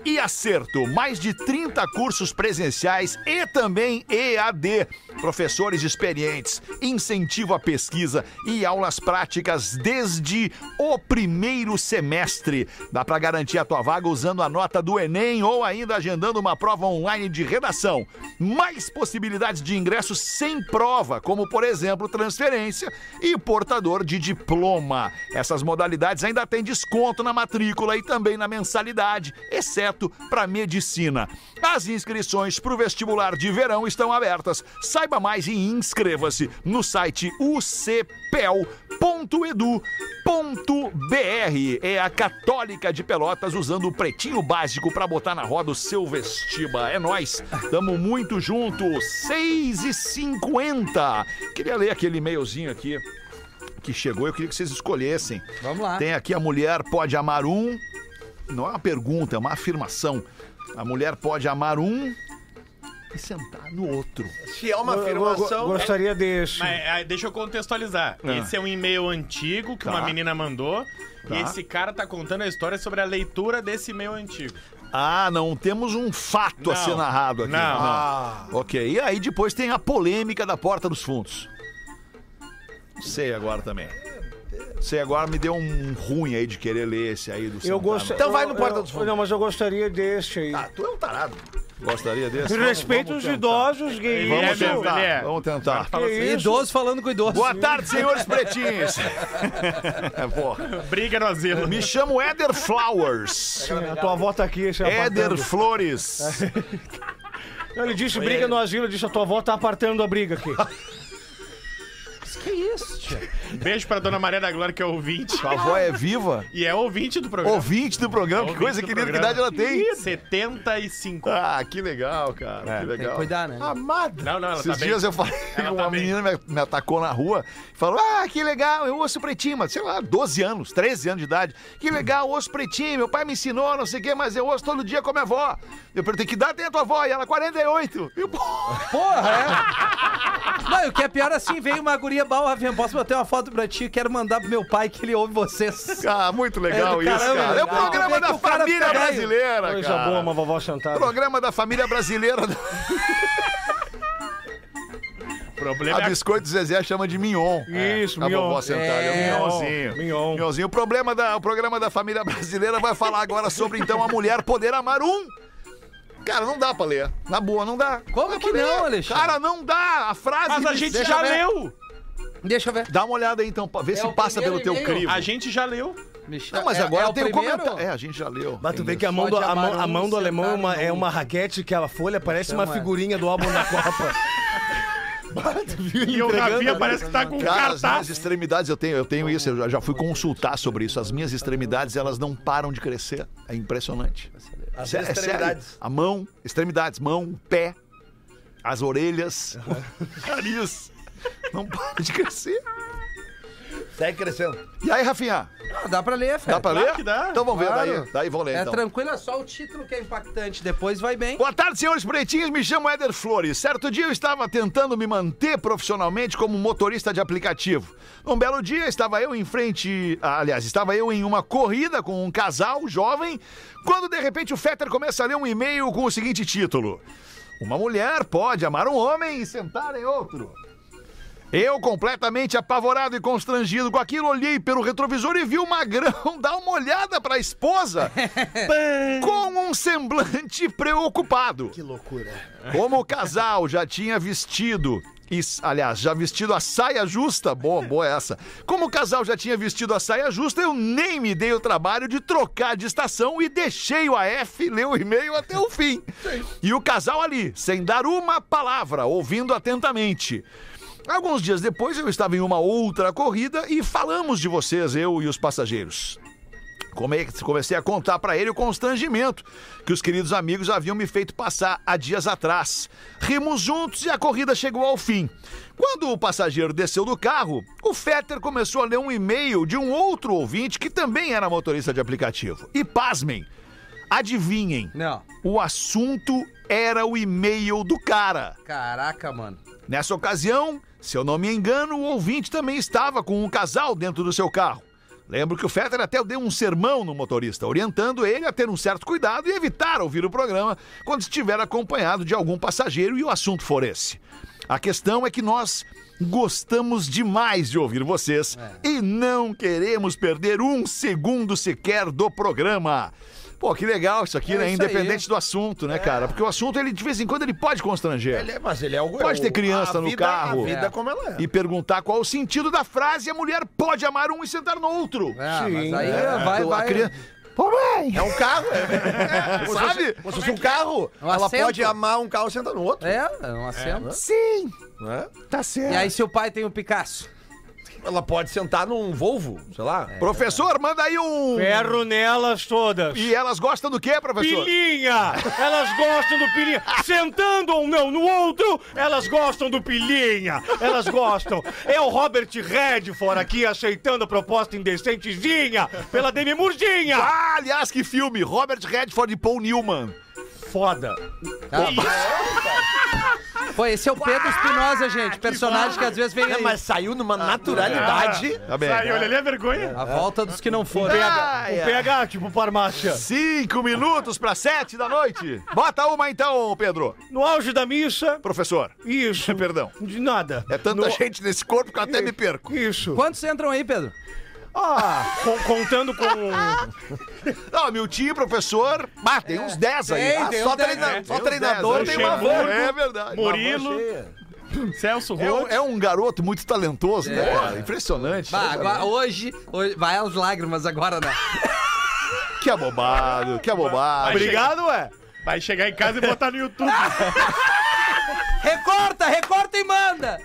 S8: e acerto. Mais de 30 cursos presenciais e também EAD. Professores experientes, incentivo à pesquisa e aulas práticas desde o primeiro semestre. Dá pra garantir a tua vaga usando a nota do Enem ou ainda agendando uma prova online de redação. Mais possibilidades de ingresso sem prova, como por exemplo transferência e portador de diploma. Essas modalidades ainda têm desconto na matrícula e também na mensalidade, exceto para medicina. As inscrições para o vestibular de verão estão abertas. Saiba mais e inscreva-se no site ucpel.edu.br. É a Católica de Pelotas usando o pretinho básico para botar na roda o seu vestiba. É nós, tamo muito junto. 6 e 50 Queria ler aquele e-mailzinho aqui que chegou. Eu queria que vocês escolhessem.
S5: Vamos lá.
S8: Tem aqui a mulher pode amar um. Não é uma pergunta, é uma afirmação. A mulher pode amar um e sentar no outro.
S4: Se é uma
S3: Eu
S4: afirmação.
S3: Gostaria desse.
S6: Mas, ah, deixa eu contextualizar. Esse é um e-mail antigo que
S8: Ah. Tá.
S6: uma menina mandou.
S8: Tá.
S6: E esse cara tá contando a história sobre a leitura desse e-mail antigo.
S8: Ah, não temos um fato a
S6: Não.
S8: ser narrado aqui.
S6: Não.
S8: Ah, Ok, e aí depois tem a polêmica da porta dos fundos. Sei agora também. Sei agora me deu um ruim aí de querer ler esse aí do
S3: Eu
S8: sentar
S3: gosto.
S8: no-
S4: Então vai no
S3: eu-
S4: Porta
S3: eu-
S4: dos Fundos.
S3: Não, mas eu gostaria deste aí.
S8: Ah, tu é um tarado. Gostaria desse?
S3: Respeito
S8: Vamos
S3: os
S8: tentar.
S3: idosos, gay.
S6: Ele
S8: Vamos
S6: é mesmo,
S8: tentar.
S6: ele é.
S8: Vamos tentar.
S6: Fala assim,
S3: isso?
S5: Idoso falando com idoso.
S8: Boa tarde, senhores pretinhos. É, Porra.
S6: Briga no asilo.
S8: Me chamo Éder Flowers.
S3: A tua avó tá aqui, esse
S8: Éder
S3: apartando.
S8: Flores.
S3: Ele disse briga no asilo, ele disse a tua avó tá apartando a briga aqui.
S5: Que isso, tia?
S6: Beijo pra dona Maria da Glória, que é ouvinte.
S8: Tua avó é viva?
S6: E é ouvinte do programa.
S8: Ouvinte do programa, que
S6: Ouvinte
S8: coisa
S6: do
S8: querida, que
S6: programa.
S8: idade ela tem?
S6: 75.
S8: Ah, que legal, cara. que legal.
S5: Tem que cuidar, né?
S8: Amada.
S6: Não, não, ela
S8: Esses
S6: tá bem.
S8: dias eu falei
S6: Ela
S8: com
S6: tá
S8: uma
S6: bem.
S8: menina me, me atacou na rua e falou: Ah, que legal, eu ouço pretinho, mas sei lá, 12 anos, 13 anos de idade. Que legal, eu ouço pretinho, meu pai me ensinou, não sei o quê, mas eu ouço todo dia com a minha avó. Eu perguntei que idade tem a tua avó? E ela, 48. E, pô,
S5: Porra, é? Não, e o que é pior assim, veio uma guria bal, posso botar uma foto pra ti? Quero mandar pro meu pai que ele ouve vocês.
S8: ah, muito legal
S5: É do
S8: isso,
S5: caramba,
S8: cara. É o
S5: legal.
S8: programa
S5: Vê que
S8: da
S5: o cara
S8: família
S5: fica velho.
S8: brasileira,
S3: Coisa
S8: cara.
S3: boa, uma vovó sentada.
S8: Programa da família brasileira.
S6: O problema
S8: A
S6: é
S8: Biscoito Zezé chama de Mignon.
S3: Isso,
S8: a
S3: Mignon.
S8: vovó sentada. É,
S3: É,
S8: o Mignonzinho.
S3: Mignon.
S8: Mignonzinho. O, problema da, o programa da família brasileira vai falar agora sobre, então, a mulher poder amar um. Cara, não dá pra ler. Na boa, não dá.
S5: Como
S8: dá
S5: que
S8: pra
S5: não,
S8: ler.
S5: Alexandre?
S8: Cara, não dá. A frase...
S6: Mas a gente
S5: Deixa
S6: já
S5: eu ver.
S6: leu.
S5: Deixa eu ver.
S8: Dá uma olhada aí, então, pra ver se
S5: É o
S8: passa pelo teu
S5: primeiro e-mail.
S8: crivo.
S6: A gente já leu.
S5: Michel,
S8: Não, mas
S5: é-
S8: agora
S5: é o
S8: tem um
S5: primeiro?
S8: comentário. É, a gente já leu.
S3: Mas tu
S8: Tem
S3: vê que a
S8: isso.
S3: mão do,
S5: Pode
S3: a mão, a
S5: amar um,
S3: mão do alemão é uma,
S5: sentar em
S3: é
S5: um.
S3: uma raquete que a folha parece uma
S5: Chama.
S3: figurinha do álbum da Copa.
S6: E o Gavinha parece que tá com
S8: Cara, as minhas
S6: cartaz.
S8: extremidades, eu tenho, eu tenho isso, eu já, já fui consultar sobre isso. As minhas extremidades, elas não param de crescer. É impressionante.
S4: As
S8: Sé- é sério.
S4: extremidades.
S8: A mão, extremidades, mão, pé, as orelhas, o nariz. Não para de crescer.
S4: Segue crescendo.
S8: E aí, Rafinha,
S5: Ah, dá pra ler,
S8: É, dá
S5: Fé.
S8: pra
S6: Claro
S8: ler?
S6: que dá.
S8: Então vamos ver,
S5: Claro.
S8: daí, daí vamos ler.
S5: É
S8: então.
S5: tranquilo, é só o título que é impactante. Depois vai bem.
S8: Boa tarde, senhores pretinhos. Me chamo Éder Flores. Certo dia eu estava tentando me manter profissionalmente como motorista de aplicativo. Num belo dia estava eu em frente, ah, aliás, estava eu em uma corrida com um casal jovem, quando de repente o Fetter começa a ler um e-mail com o seguinte título: Uma mulher pode amar um homem e sentar em outro. Eu, completamente apavorado e constrangido com aquilo, olhei pelo retrovisor e vi o magrão dar uma olhada pra esposa com um semblante preocupado. Que loucura. Como o casal já tinha vestido. e, aliás, já vestido a saia justa. Boa, boa essa. Como o casal já tinha vestido a saia justa, eu nem me dei o trabalho de trocar de estação e deixei o AF ler o e-mail até o fim. E o casal ali, sem dar uma palavra, ouvindo atentamente. Alguns dias depois eu estava em uma outra corrida e falamos de vocês, eu e os passageiros. Come- Comecei a contar pra ele o constrangimento que os queridos amigos haviam me feito passar há dias atrás. Rimos juntos e a corrida chegou ao fim. Quando o passageiro desceu do carro, o Fetter começou a ler um e-mail de um outro ouvinte que também era motorista de aplicativo. E pasmem, adivinhem,
S5: Não.
S8: o assunto era o e-mail do cara.
S5: Caraca, mano.
S8: Nessa ocasião, se eu não me engano, o ouvinte também estava com um casal dentro do seu carro. Lembro que o Fetter até deu um sermão no motorista, orientando ele a ter um certo cuidado e evitar ouvir o programa quando estiver acompanhado de algum passageiro e o assunto for esse. A questão é que nós gostamos demais de ouvir vocês
S5: É.
S8: e não queremos perder um segundo sequer do programa. Pô, que legal isso aqui,
S5: É
S8: né?
S5: isso aí. É.
S8: Independente do assunto, né, cara? Porque o assunto, ele de vez em quando, ele pode constranger.
S4: Ele é- mas ele é o
S8: Pode ter criança
S4: a
S8: no
S4: vida-
S8: carro.
S4: A vida
S5: É.
S4: como ela é.
S8: E perguntar qual o sentido da frase a mulher pode amar um e sentar no outro.
S5: É, mas aí vai,
S8: A
S5: vai.
S8: criança-
S12: Ô, mãe!
S4: É um carro, é.
S8: Sabe?
S4: Como se fosse um carro.
S5: Um
S4: ela
S5: assento.
S4: pode amar um carro e sentar no outro.
S5: É, é um acento.
S12: Sim!
S4: né?
S12: Tá
S8: É,
S12: certo.
S5: E aí seu pai tem um Picasso.
S4: Ela pode sentar num Volvo, sei lá.
S3: É.
S8: Professor, manda aí um.
S3: Ferro nelas todas.
S8: E elas gostam do quê, professor?
S3: Pilinha! Elas gostam do pilinha. Sentando
S6: um
S3: ou não no outro, elas gostam do pilinha. Elas gostam. É o Robert Redford aqui aceitando a proposta indecentezinha pela Demi Murzinha.
S8: Ah, aliás, que filme! Robert Redford e Paul Newman.
S3: Foda.
S5: Foi, esse é o Pedro Espinosa, gente. Personagem que às vezes vem
S8: É,
S4: Não,
S5: aí.
S4: mas saiu
S3: Ah,
S4: numa naturalidade.
S3: é.
S8: Tá bem.
S6: Sai, olha ali a vergonha.
S5: A volta dos que não foram.
S8: Ah,
S3: O
S8: é.
S3: PH, tipo farmácia.
S8: Cinco minutos para sete da noite. Bota uma então, Pedro.
S3: No auge da missa,
S8: Professor,
S3: isso.
S8: Perdão.
S3: De nada.
S8: é tanta
S3: No-
S8: gente nesse corpo que eu até me perco.
S3: Isso.
S5: Quantos entram aí, Pedro?
S3: Ah, con- contando com.
S8: Não, meu tio, professor, ah, tem uns dez aí.
S5: Tem,
S8: Ah,
S5: tem
S8: só
S5: uns dez.
S8: treina-
S5: É,
S8: só
S4: tem uns
S8: treinador
S4: dez.
S8: tem uma
S6: Luxemburgo,
S8: van. É verdade.
S6: Murilo, Celso
S8: É um,
S6: Roth.
S8: é um garoto muito talentoso, né? cara? Impressionante.
S5: Bah,
S8: né?
S5: agora, hoje, hoje. Vai aos lágrimas agora, né?
S8: Que abobado, que abobado.
S6: Vai
S3: Obrigado, ué.
S6: Vai chegar em casa e botar no YouTube.
S5: Recorta, recorta e manda!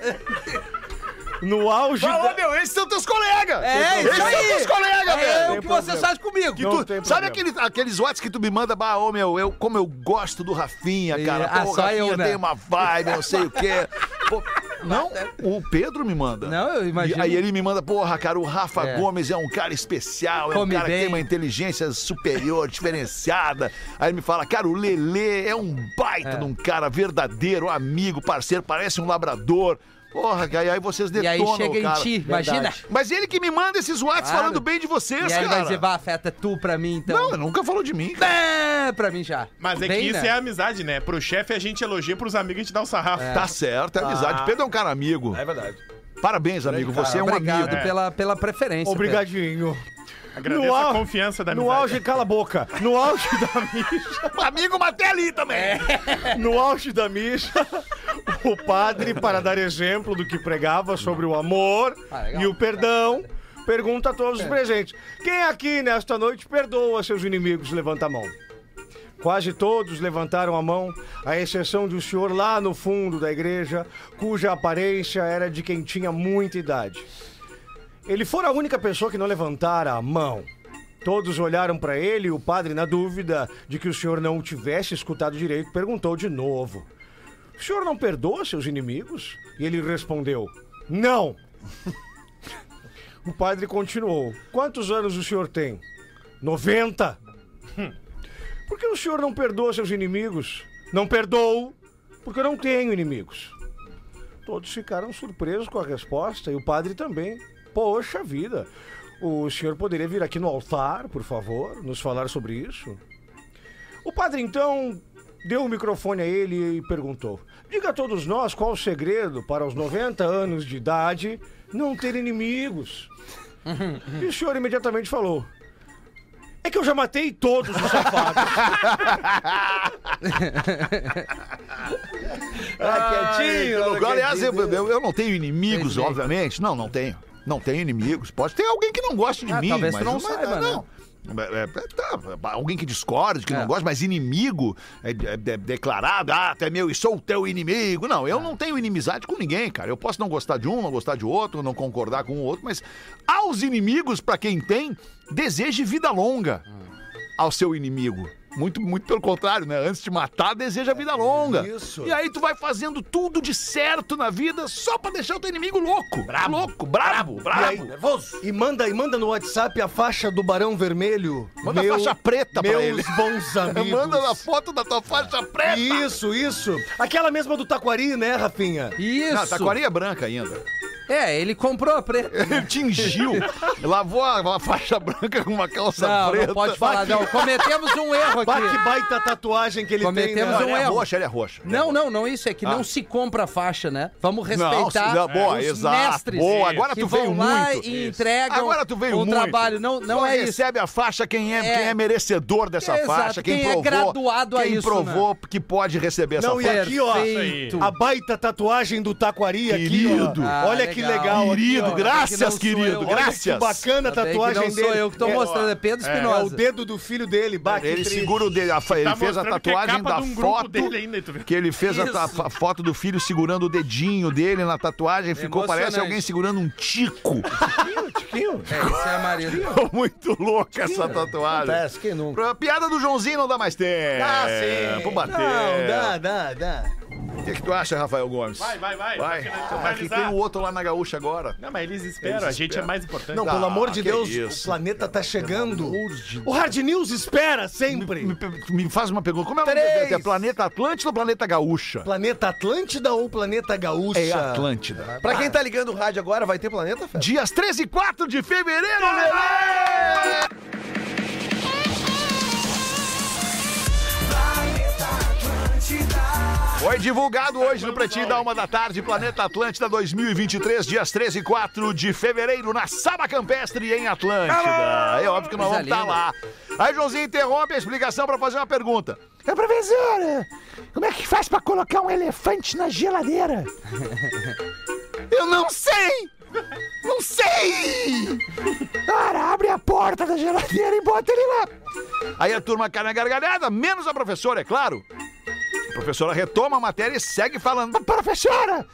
S3: No auge.
S8: Fala,
S3: Da...
S8: meu, esses são teus colegas.
S5: É,
S8: esses
S5: isso aí.
S8: são teus colegas,
S5: É
S8: velho.
S5: o que você faz comigo.
S8: Que tu- sabe aquele, aqueles whats que tu me manda, bah, ô meu, eu, como eu gosto do Rafinha,
S5: E-
S8: cara.
S5: ah,
S8: Pô, o
S5: só
S8: Rafinha
S5: eu, né?
S8: tem uma vibe, não sei o quê. Pô, não, o Pedro me manda.
S5: Não, eu imagino.
S8: E aí ele me manda, porra, cara, o Rafa
S5: É.
S8: Gomes é um cara especial, é um
S5: Come
S8: cara que
S5: bem.
S8: tem uma inteligência superior, diferenciada. Aí ele me fala, cara, o Lelê é um baita de um cara verdadeiro, amigo, parceiro, parece um labrador. Porra, cara, e aí vocês
S5: E
S8: detonam
S5: aí chega
S8: o cara.
S5: em ti, imagina.
S8: Mas ele que me manda esses whats
S5: Claro.
S8: falando bem de vocês,
S5: E aí
S8: cara.
S5: ele vai dizer, bah, afeta tu pra mim, então.
S8: Não, nunca falou de mim. cara.
S5: É, pra mim já.
S6: Mas é que
S5: Bem,
S6: isso
S5: né?
S6: é amizade, né? Pro chefe a gente elogia, pros amigos a gente dá o sarrafo.
S8: Tá certo, é
S5: Ah.
S8: amizade. Pedro é um cara amigo.
S4: É verdade.
S8: Parabéns, amigo. Você é um
S5: Obrigado
S8: amigo.
S5: pela, pela preferência.
S3: Obrigadinho.
S6: Agradeço
S3: No
S6: a
S3: au-
S6: confiança da
S3: No
S6: amizade.
S3: auge, cala a boca. No auge da missa.
S8: Amigo, matei ali também.
S5: É.
S3: No auge da missa, o padre, para dar exemplo do que pregava sobre o amor
S5: Ah, legal. É.
S3: e o perdão, pergunta a todos os presentes: Quem aqui nesta noite perdoa seus inimigos? Levanta a mão. Quase todos levantaram a mão, à exceção de um senhor lá no fundo da igreja, cuja aparência era de quem tinha muita idade. Ele fora a única pessoa que não levantara a mão. Todos olharam para ele e o padre, na dúvida de que o senhor não o tivesse escutado direito, perguntou de novo: O senhor não perdoa seus inimigos? E ele respondeu: Não. o padre continuou: Quantos anos o senhor tem? 90. Hum. Por que o senhor não perdoa seus inimigos? Não perdoo, porque eu não tenho inimigos. Todos ficaram surpresos com a resposta e o padre também. Poxa vida! O senhor poderia vir aqui no altar, por favor, nos falar sobre isso? O padre então deu o microfone a ele e perguntou: Diga a todos nós qual o segredo para os 90 anos de idade não ter inimigos. E o senhor imediatamente falou: É que eu já matei todos os safados.
S8: Pelo
S4: Ah, quietinho.
S8: lugar, aliás, eu, eu- eu não tenho inimigos, obviamente. Não, não tenho. Não tenho inimigos. Pode ter alguém que não goste de
S5: Ah,
S8: mim,
S5: talvez
S8: mas
S5: tu não saiba, né? É.
S8: não. É, é, tá, alguém que discorde, que não gosta, mas inimigo é, é- é declarado, ah, tu é meu e sou o teu inimigo. Não,
S5: É.
S8: eu não tenho inimizade com ninguém, cara. Eu posso não gostar de um, não gostar de outro, não concordar com o outro, mas aos inimigos, pra quem tem, deseje vida longa
S5: Hum.
S8: ao seu inimigo. Muito, muito pelo contrário, né? Antes de matar, deseja
S5: É
S8: vida longa. Isso. E aí tu vai fazendo tudo de certo na vida só pra deixar o teu inimigo louco. Brabo. Louco, brabo, brabo.
S3: nervoso. E manda, e manda no WhatsApp a faixa do Barão Vermelho.
S8: Manda a faixa preta pra
S3: meus
S8: ele.
S3: bons amigos.
S8: Manda na foto da tua faixa preta.
S3: Isso, isso. Aquela mesma do Taquari, né, Rafinha?
S5: Isso.
S8: Não, a taquaria é branca ainda.
S5: É, ele comprou a preta.
S8: Ele tingiu, lavou a, a faixa branca com uma calça
S5: Não,
S8: preta.
S5: não pode falar, não. Cometemos um erro
S3: Bah, que
S5: aqui.
S3: baita tatuagem que ele tem,
S5: Cometemos
S3: né?
S8: Não,
S5: um
S8: ela é
S5: erro.
S8: roxa, ela é roxa.
S5: Não, não, não isso. É que não
S8: Ah.
S5: se compra a faixa, né? Vamos
S8: Não,
S5: respeitar
S8: não, boa,
S5: os
S8: exato,
S5: mestres
S8: boa, agora
S5: que
S8: tu
S5: vão
S8: veio
S5: lá
S8: muito.
S5: e
S8: Isso.
S5: entregam
S8: Agora tu veio
S5: o
S8: muito.
S5: trabalho. Não, não
S8: Só
S5: é isso.
S8: recebe a faixa quem é,
S5: É.
S8: quem é merecedor dessa
S5: Exato,
S8: faixa, quem,
S5: quem é
S8: provou,
S5: graduado a
S8: quem
S5: isso, né?
S8: provou que pode receber
S3: Não,
S8: essa
S3: e
S5: é
S8: faixa.
S3: aqui, ó,
S5: Perfeito.
S8: Tá
S3: a baita tatuagem do Taquari aqui, ó.
S8: Querido.
S5: Ah,
S3: Olha que legal. aqui,
S8: Querido,
S3: ó.
S8: graças,
S5: Ainda bem que não sou
S8: querido,
S5: eu.
S3: Que
S8: graças.
S3: bacana
S5: Ainda bem
S3: a
S5: que
S3: tatuagem
S5: não
S3: dele.
S5: sou eu que tô
S3: É,
S5: mostrando, é Pedro
S3: É o
S5: Espinosa.
S3: dedo do filho dele, bah, que
S8: Ele
S3: triste.
S8: segura o dedo, a fa- ele
S6: tá
S8: fez a
S6: mostrando que é
S8: tatuagem
S6: capa
S8: da
S6: de um grupo
S8: foto
S6: dele ainda, tu viu?
S8: que ele fez a, ta-
S5: Isso.
S8: a foto do filho segurando o dedinho dele na tatuagem, ficou parece
S5: emocionante.
S8: alguém segurando um tico.
S5: É, isso é marido.
S8: Ficou muito louca essa tatuagem.
S3: Acontece, quem nunca?
S8: Pra piada do Joãozinho não dá mais tempo.
S3: Ah, sim.
S8: Vou bater.
S3: Não, dá, dá, dá.
S8: O que, que tu acha, Rafael Gomes?
S6: Vai, vai, vai.
S8: Vai.
S6: Pra
S8: Ah, aqui
S6: finalizar.
S8: tem o outro lá na gaúcha agora.
S6: Não, mas eles esperam,
S8: Eles
S6: a gente
S8: esperam.
S6: é mais importante.
S3: Não,
S8: Dá,
S3: pelo amor de
S8: que
S3: Deus,
S8: isso,
S3: o planeta tá chegando. O Hard News espera sempre.
S8: Me, me faz uma pergunta. Como é o nome
S3: Três.
S8: do- é Planeta Atlântida ou Planeta Gaúcha?
S3: Planeta Atlântida ou Planeta Gaúcha?
S8: É Atlântida.
S13: Pra quem tá ligando o rádio agora, vai ter planeta, Fé?
S8: Dias 13 e 4 de fevereiro, né? Lelê! Foi divulgado hoje no Pretinho da Uma da Tarde, Planeta Atlântida 2023, dias 13 e 4 de fevereiro, na Saba Campestre, em Atlântida. É óbvio que nós vamos
S5: Coisa
S8: estar
S5: linda.
S8: lá. Aí Joãozinho interrompe a explicação para fazer uma pergunta. É,
S14: Ô, professora, como é que faz pra colocar um elefante na geladeira?
S8: Eu não sei! Não sei!
S14: Ora, abre a porta da geladeira e bota ele lá.
S8: Aí a turma cai na gargalhada, menos a professora, é claro. A professora retoma a matéria e segue falando.
S14: Professora!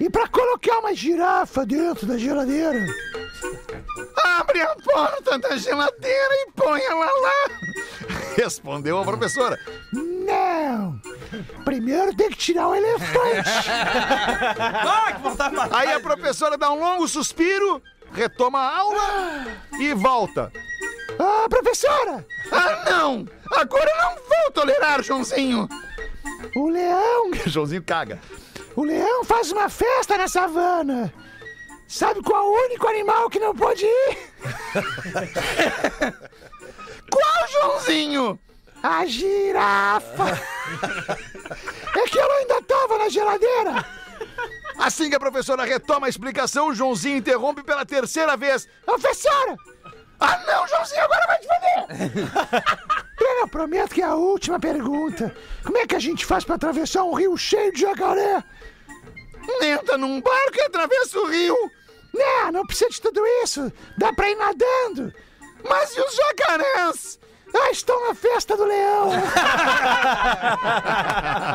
S14: e pra colocar uma girafa dentro da geladeira?
S8: Abre a porta da geladeira e põe ela lá. Respondeu a professora.
S14: Não! Primeiro tem que tirar o elefante.
S8: Aí a professora dá um longo suspiro, retoma a aula e volta.
S14: Ah, professora!
S8: Ah, não! Agora eu não vou tolerar, Joãozinho!
S14: O leão,
S8: Joãozinho caga.
S14: o leão faz uma festa na savana. Sabe qual é o único animal que não pode ir?
S8: Qual Joãozinho?
S14: A girafa! É que ela ainda tava na geladeira!
S8: Assim que a professora retoma a explicação, Joãozinho interrompe pela terceira vez.
S14: Professora!
S8: Ah, não, Joãozinho, agora vai te foder!
S14: Eu não prometo que é a última pergunta. Como é que a gente faz pra atravessar um rio cheio de jacaré?
S8: Entra num barco e atravessa o rio.
S14: Não, não precisa de tudo isso. Dá pra ir nadando.
S8: Mas e os jacarés?
S14: Ah, estão na festa do leão.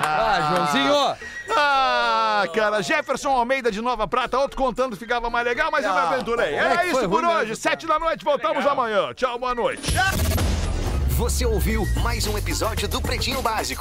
S5: Ah, Joãozinho!
S8: Ah, cara, Jefferson Almeida de Nova Prata, outro contando ficava mais legal, mas eu me aventurei. Era
S5: Ah, é que foi
S8: isso por
S5: ruim mesmo,
S8: hoje. Sete da noite, voltamos amanhã. Tchau, boa noite.
S2: Você ouviu mais um episódio do Pretinho Básico.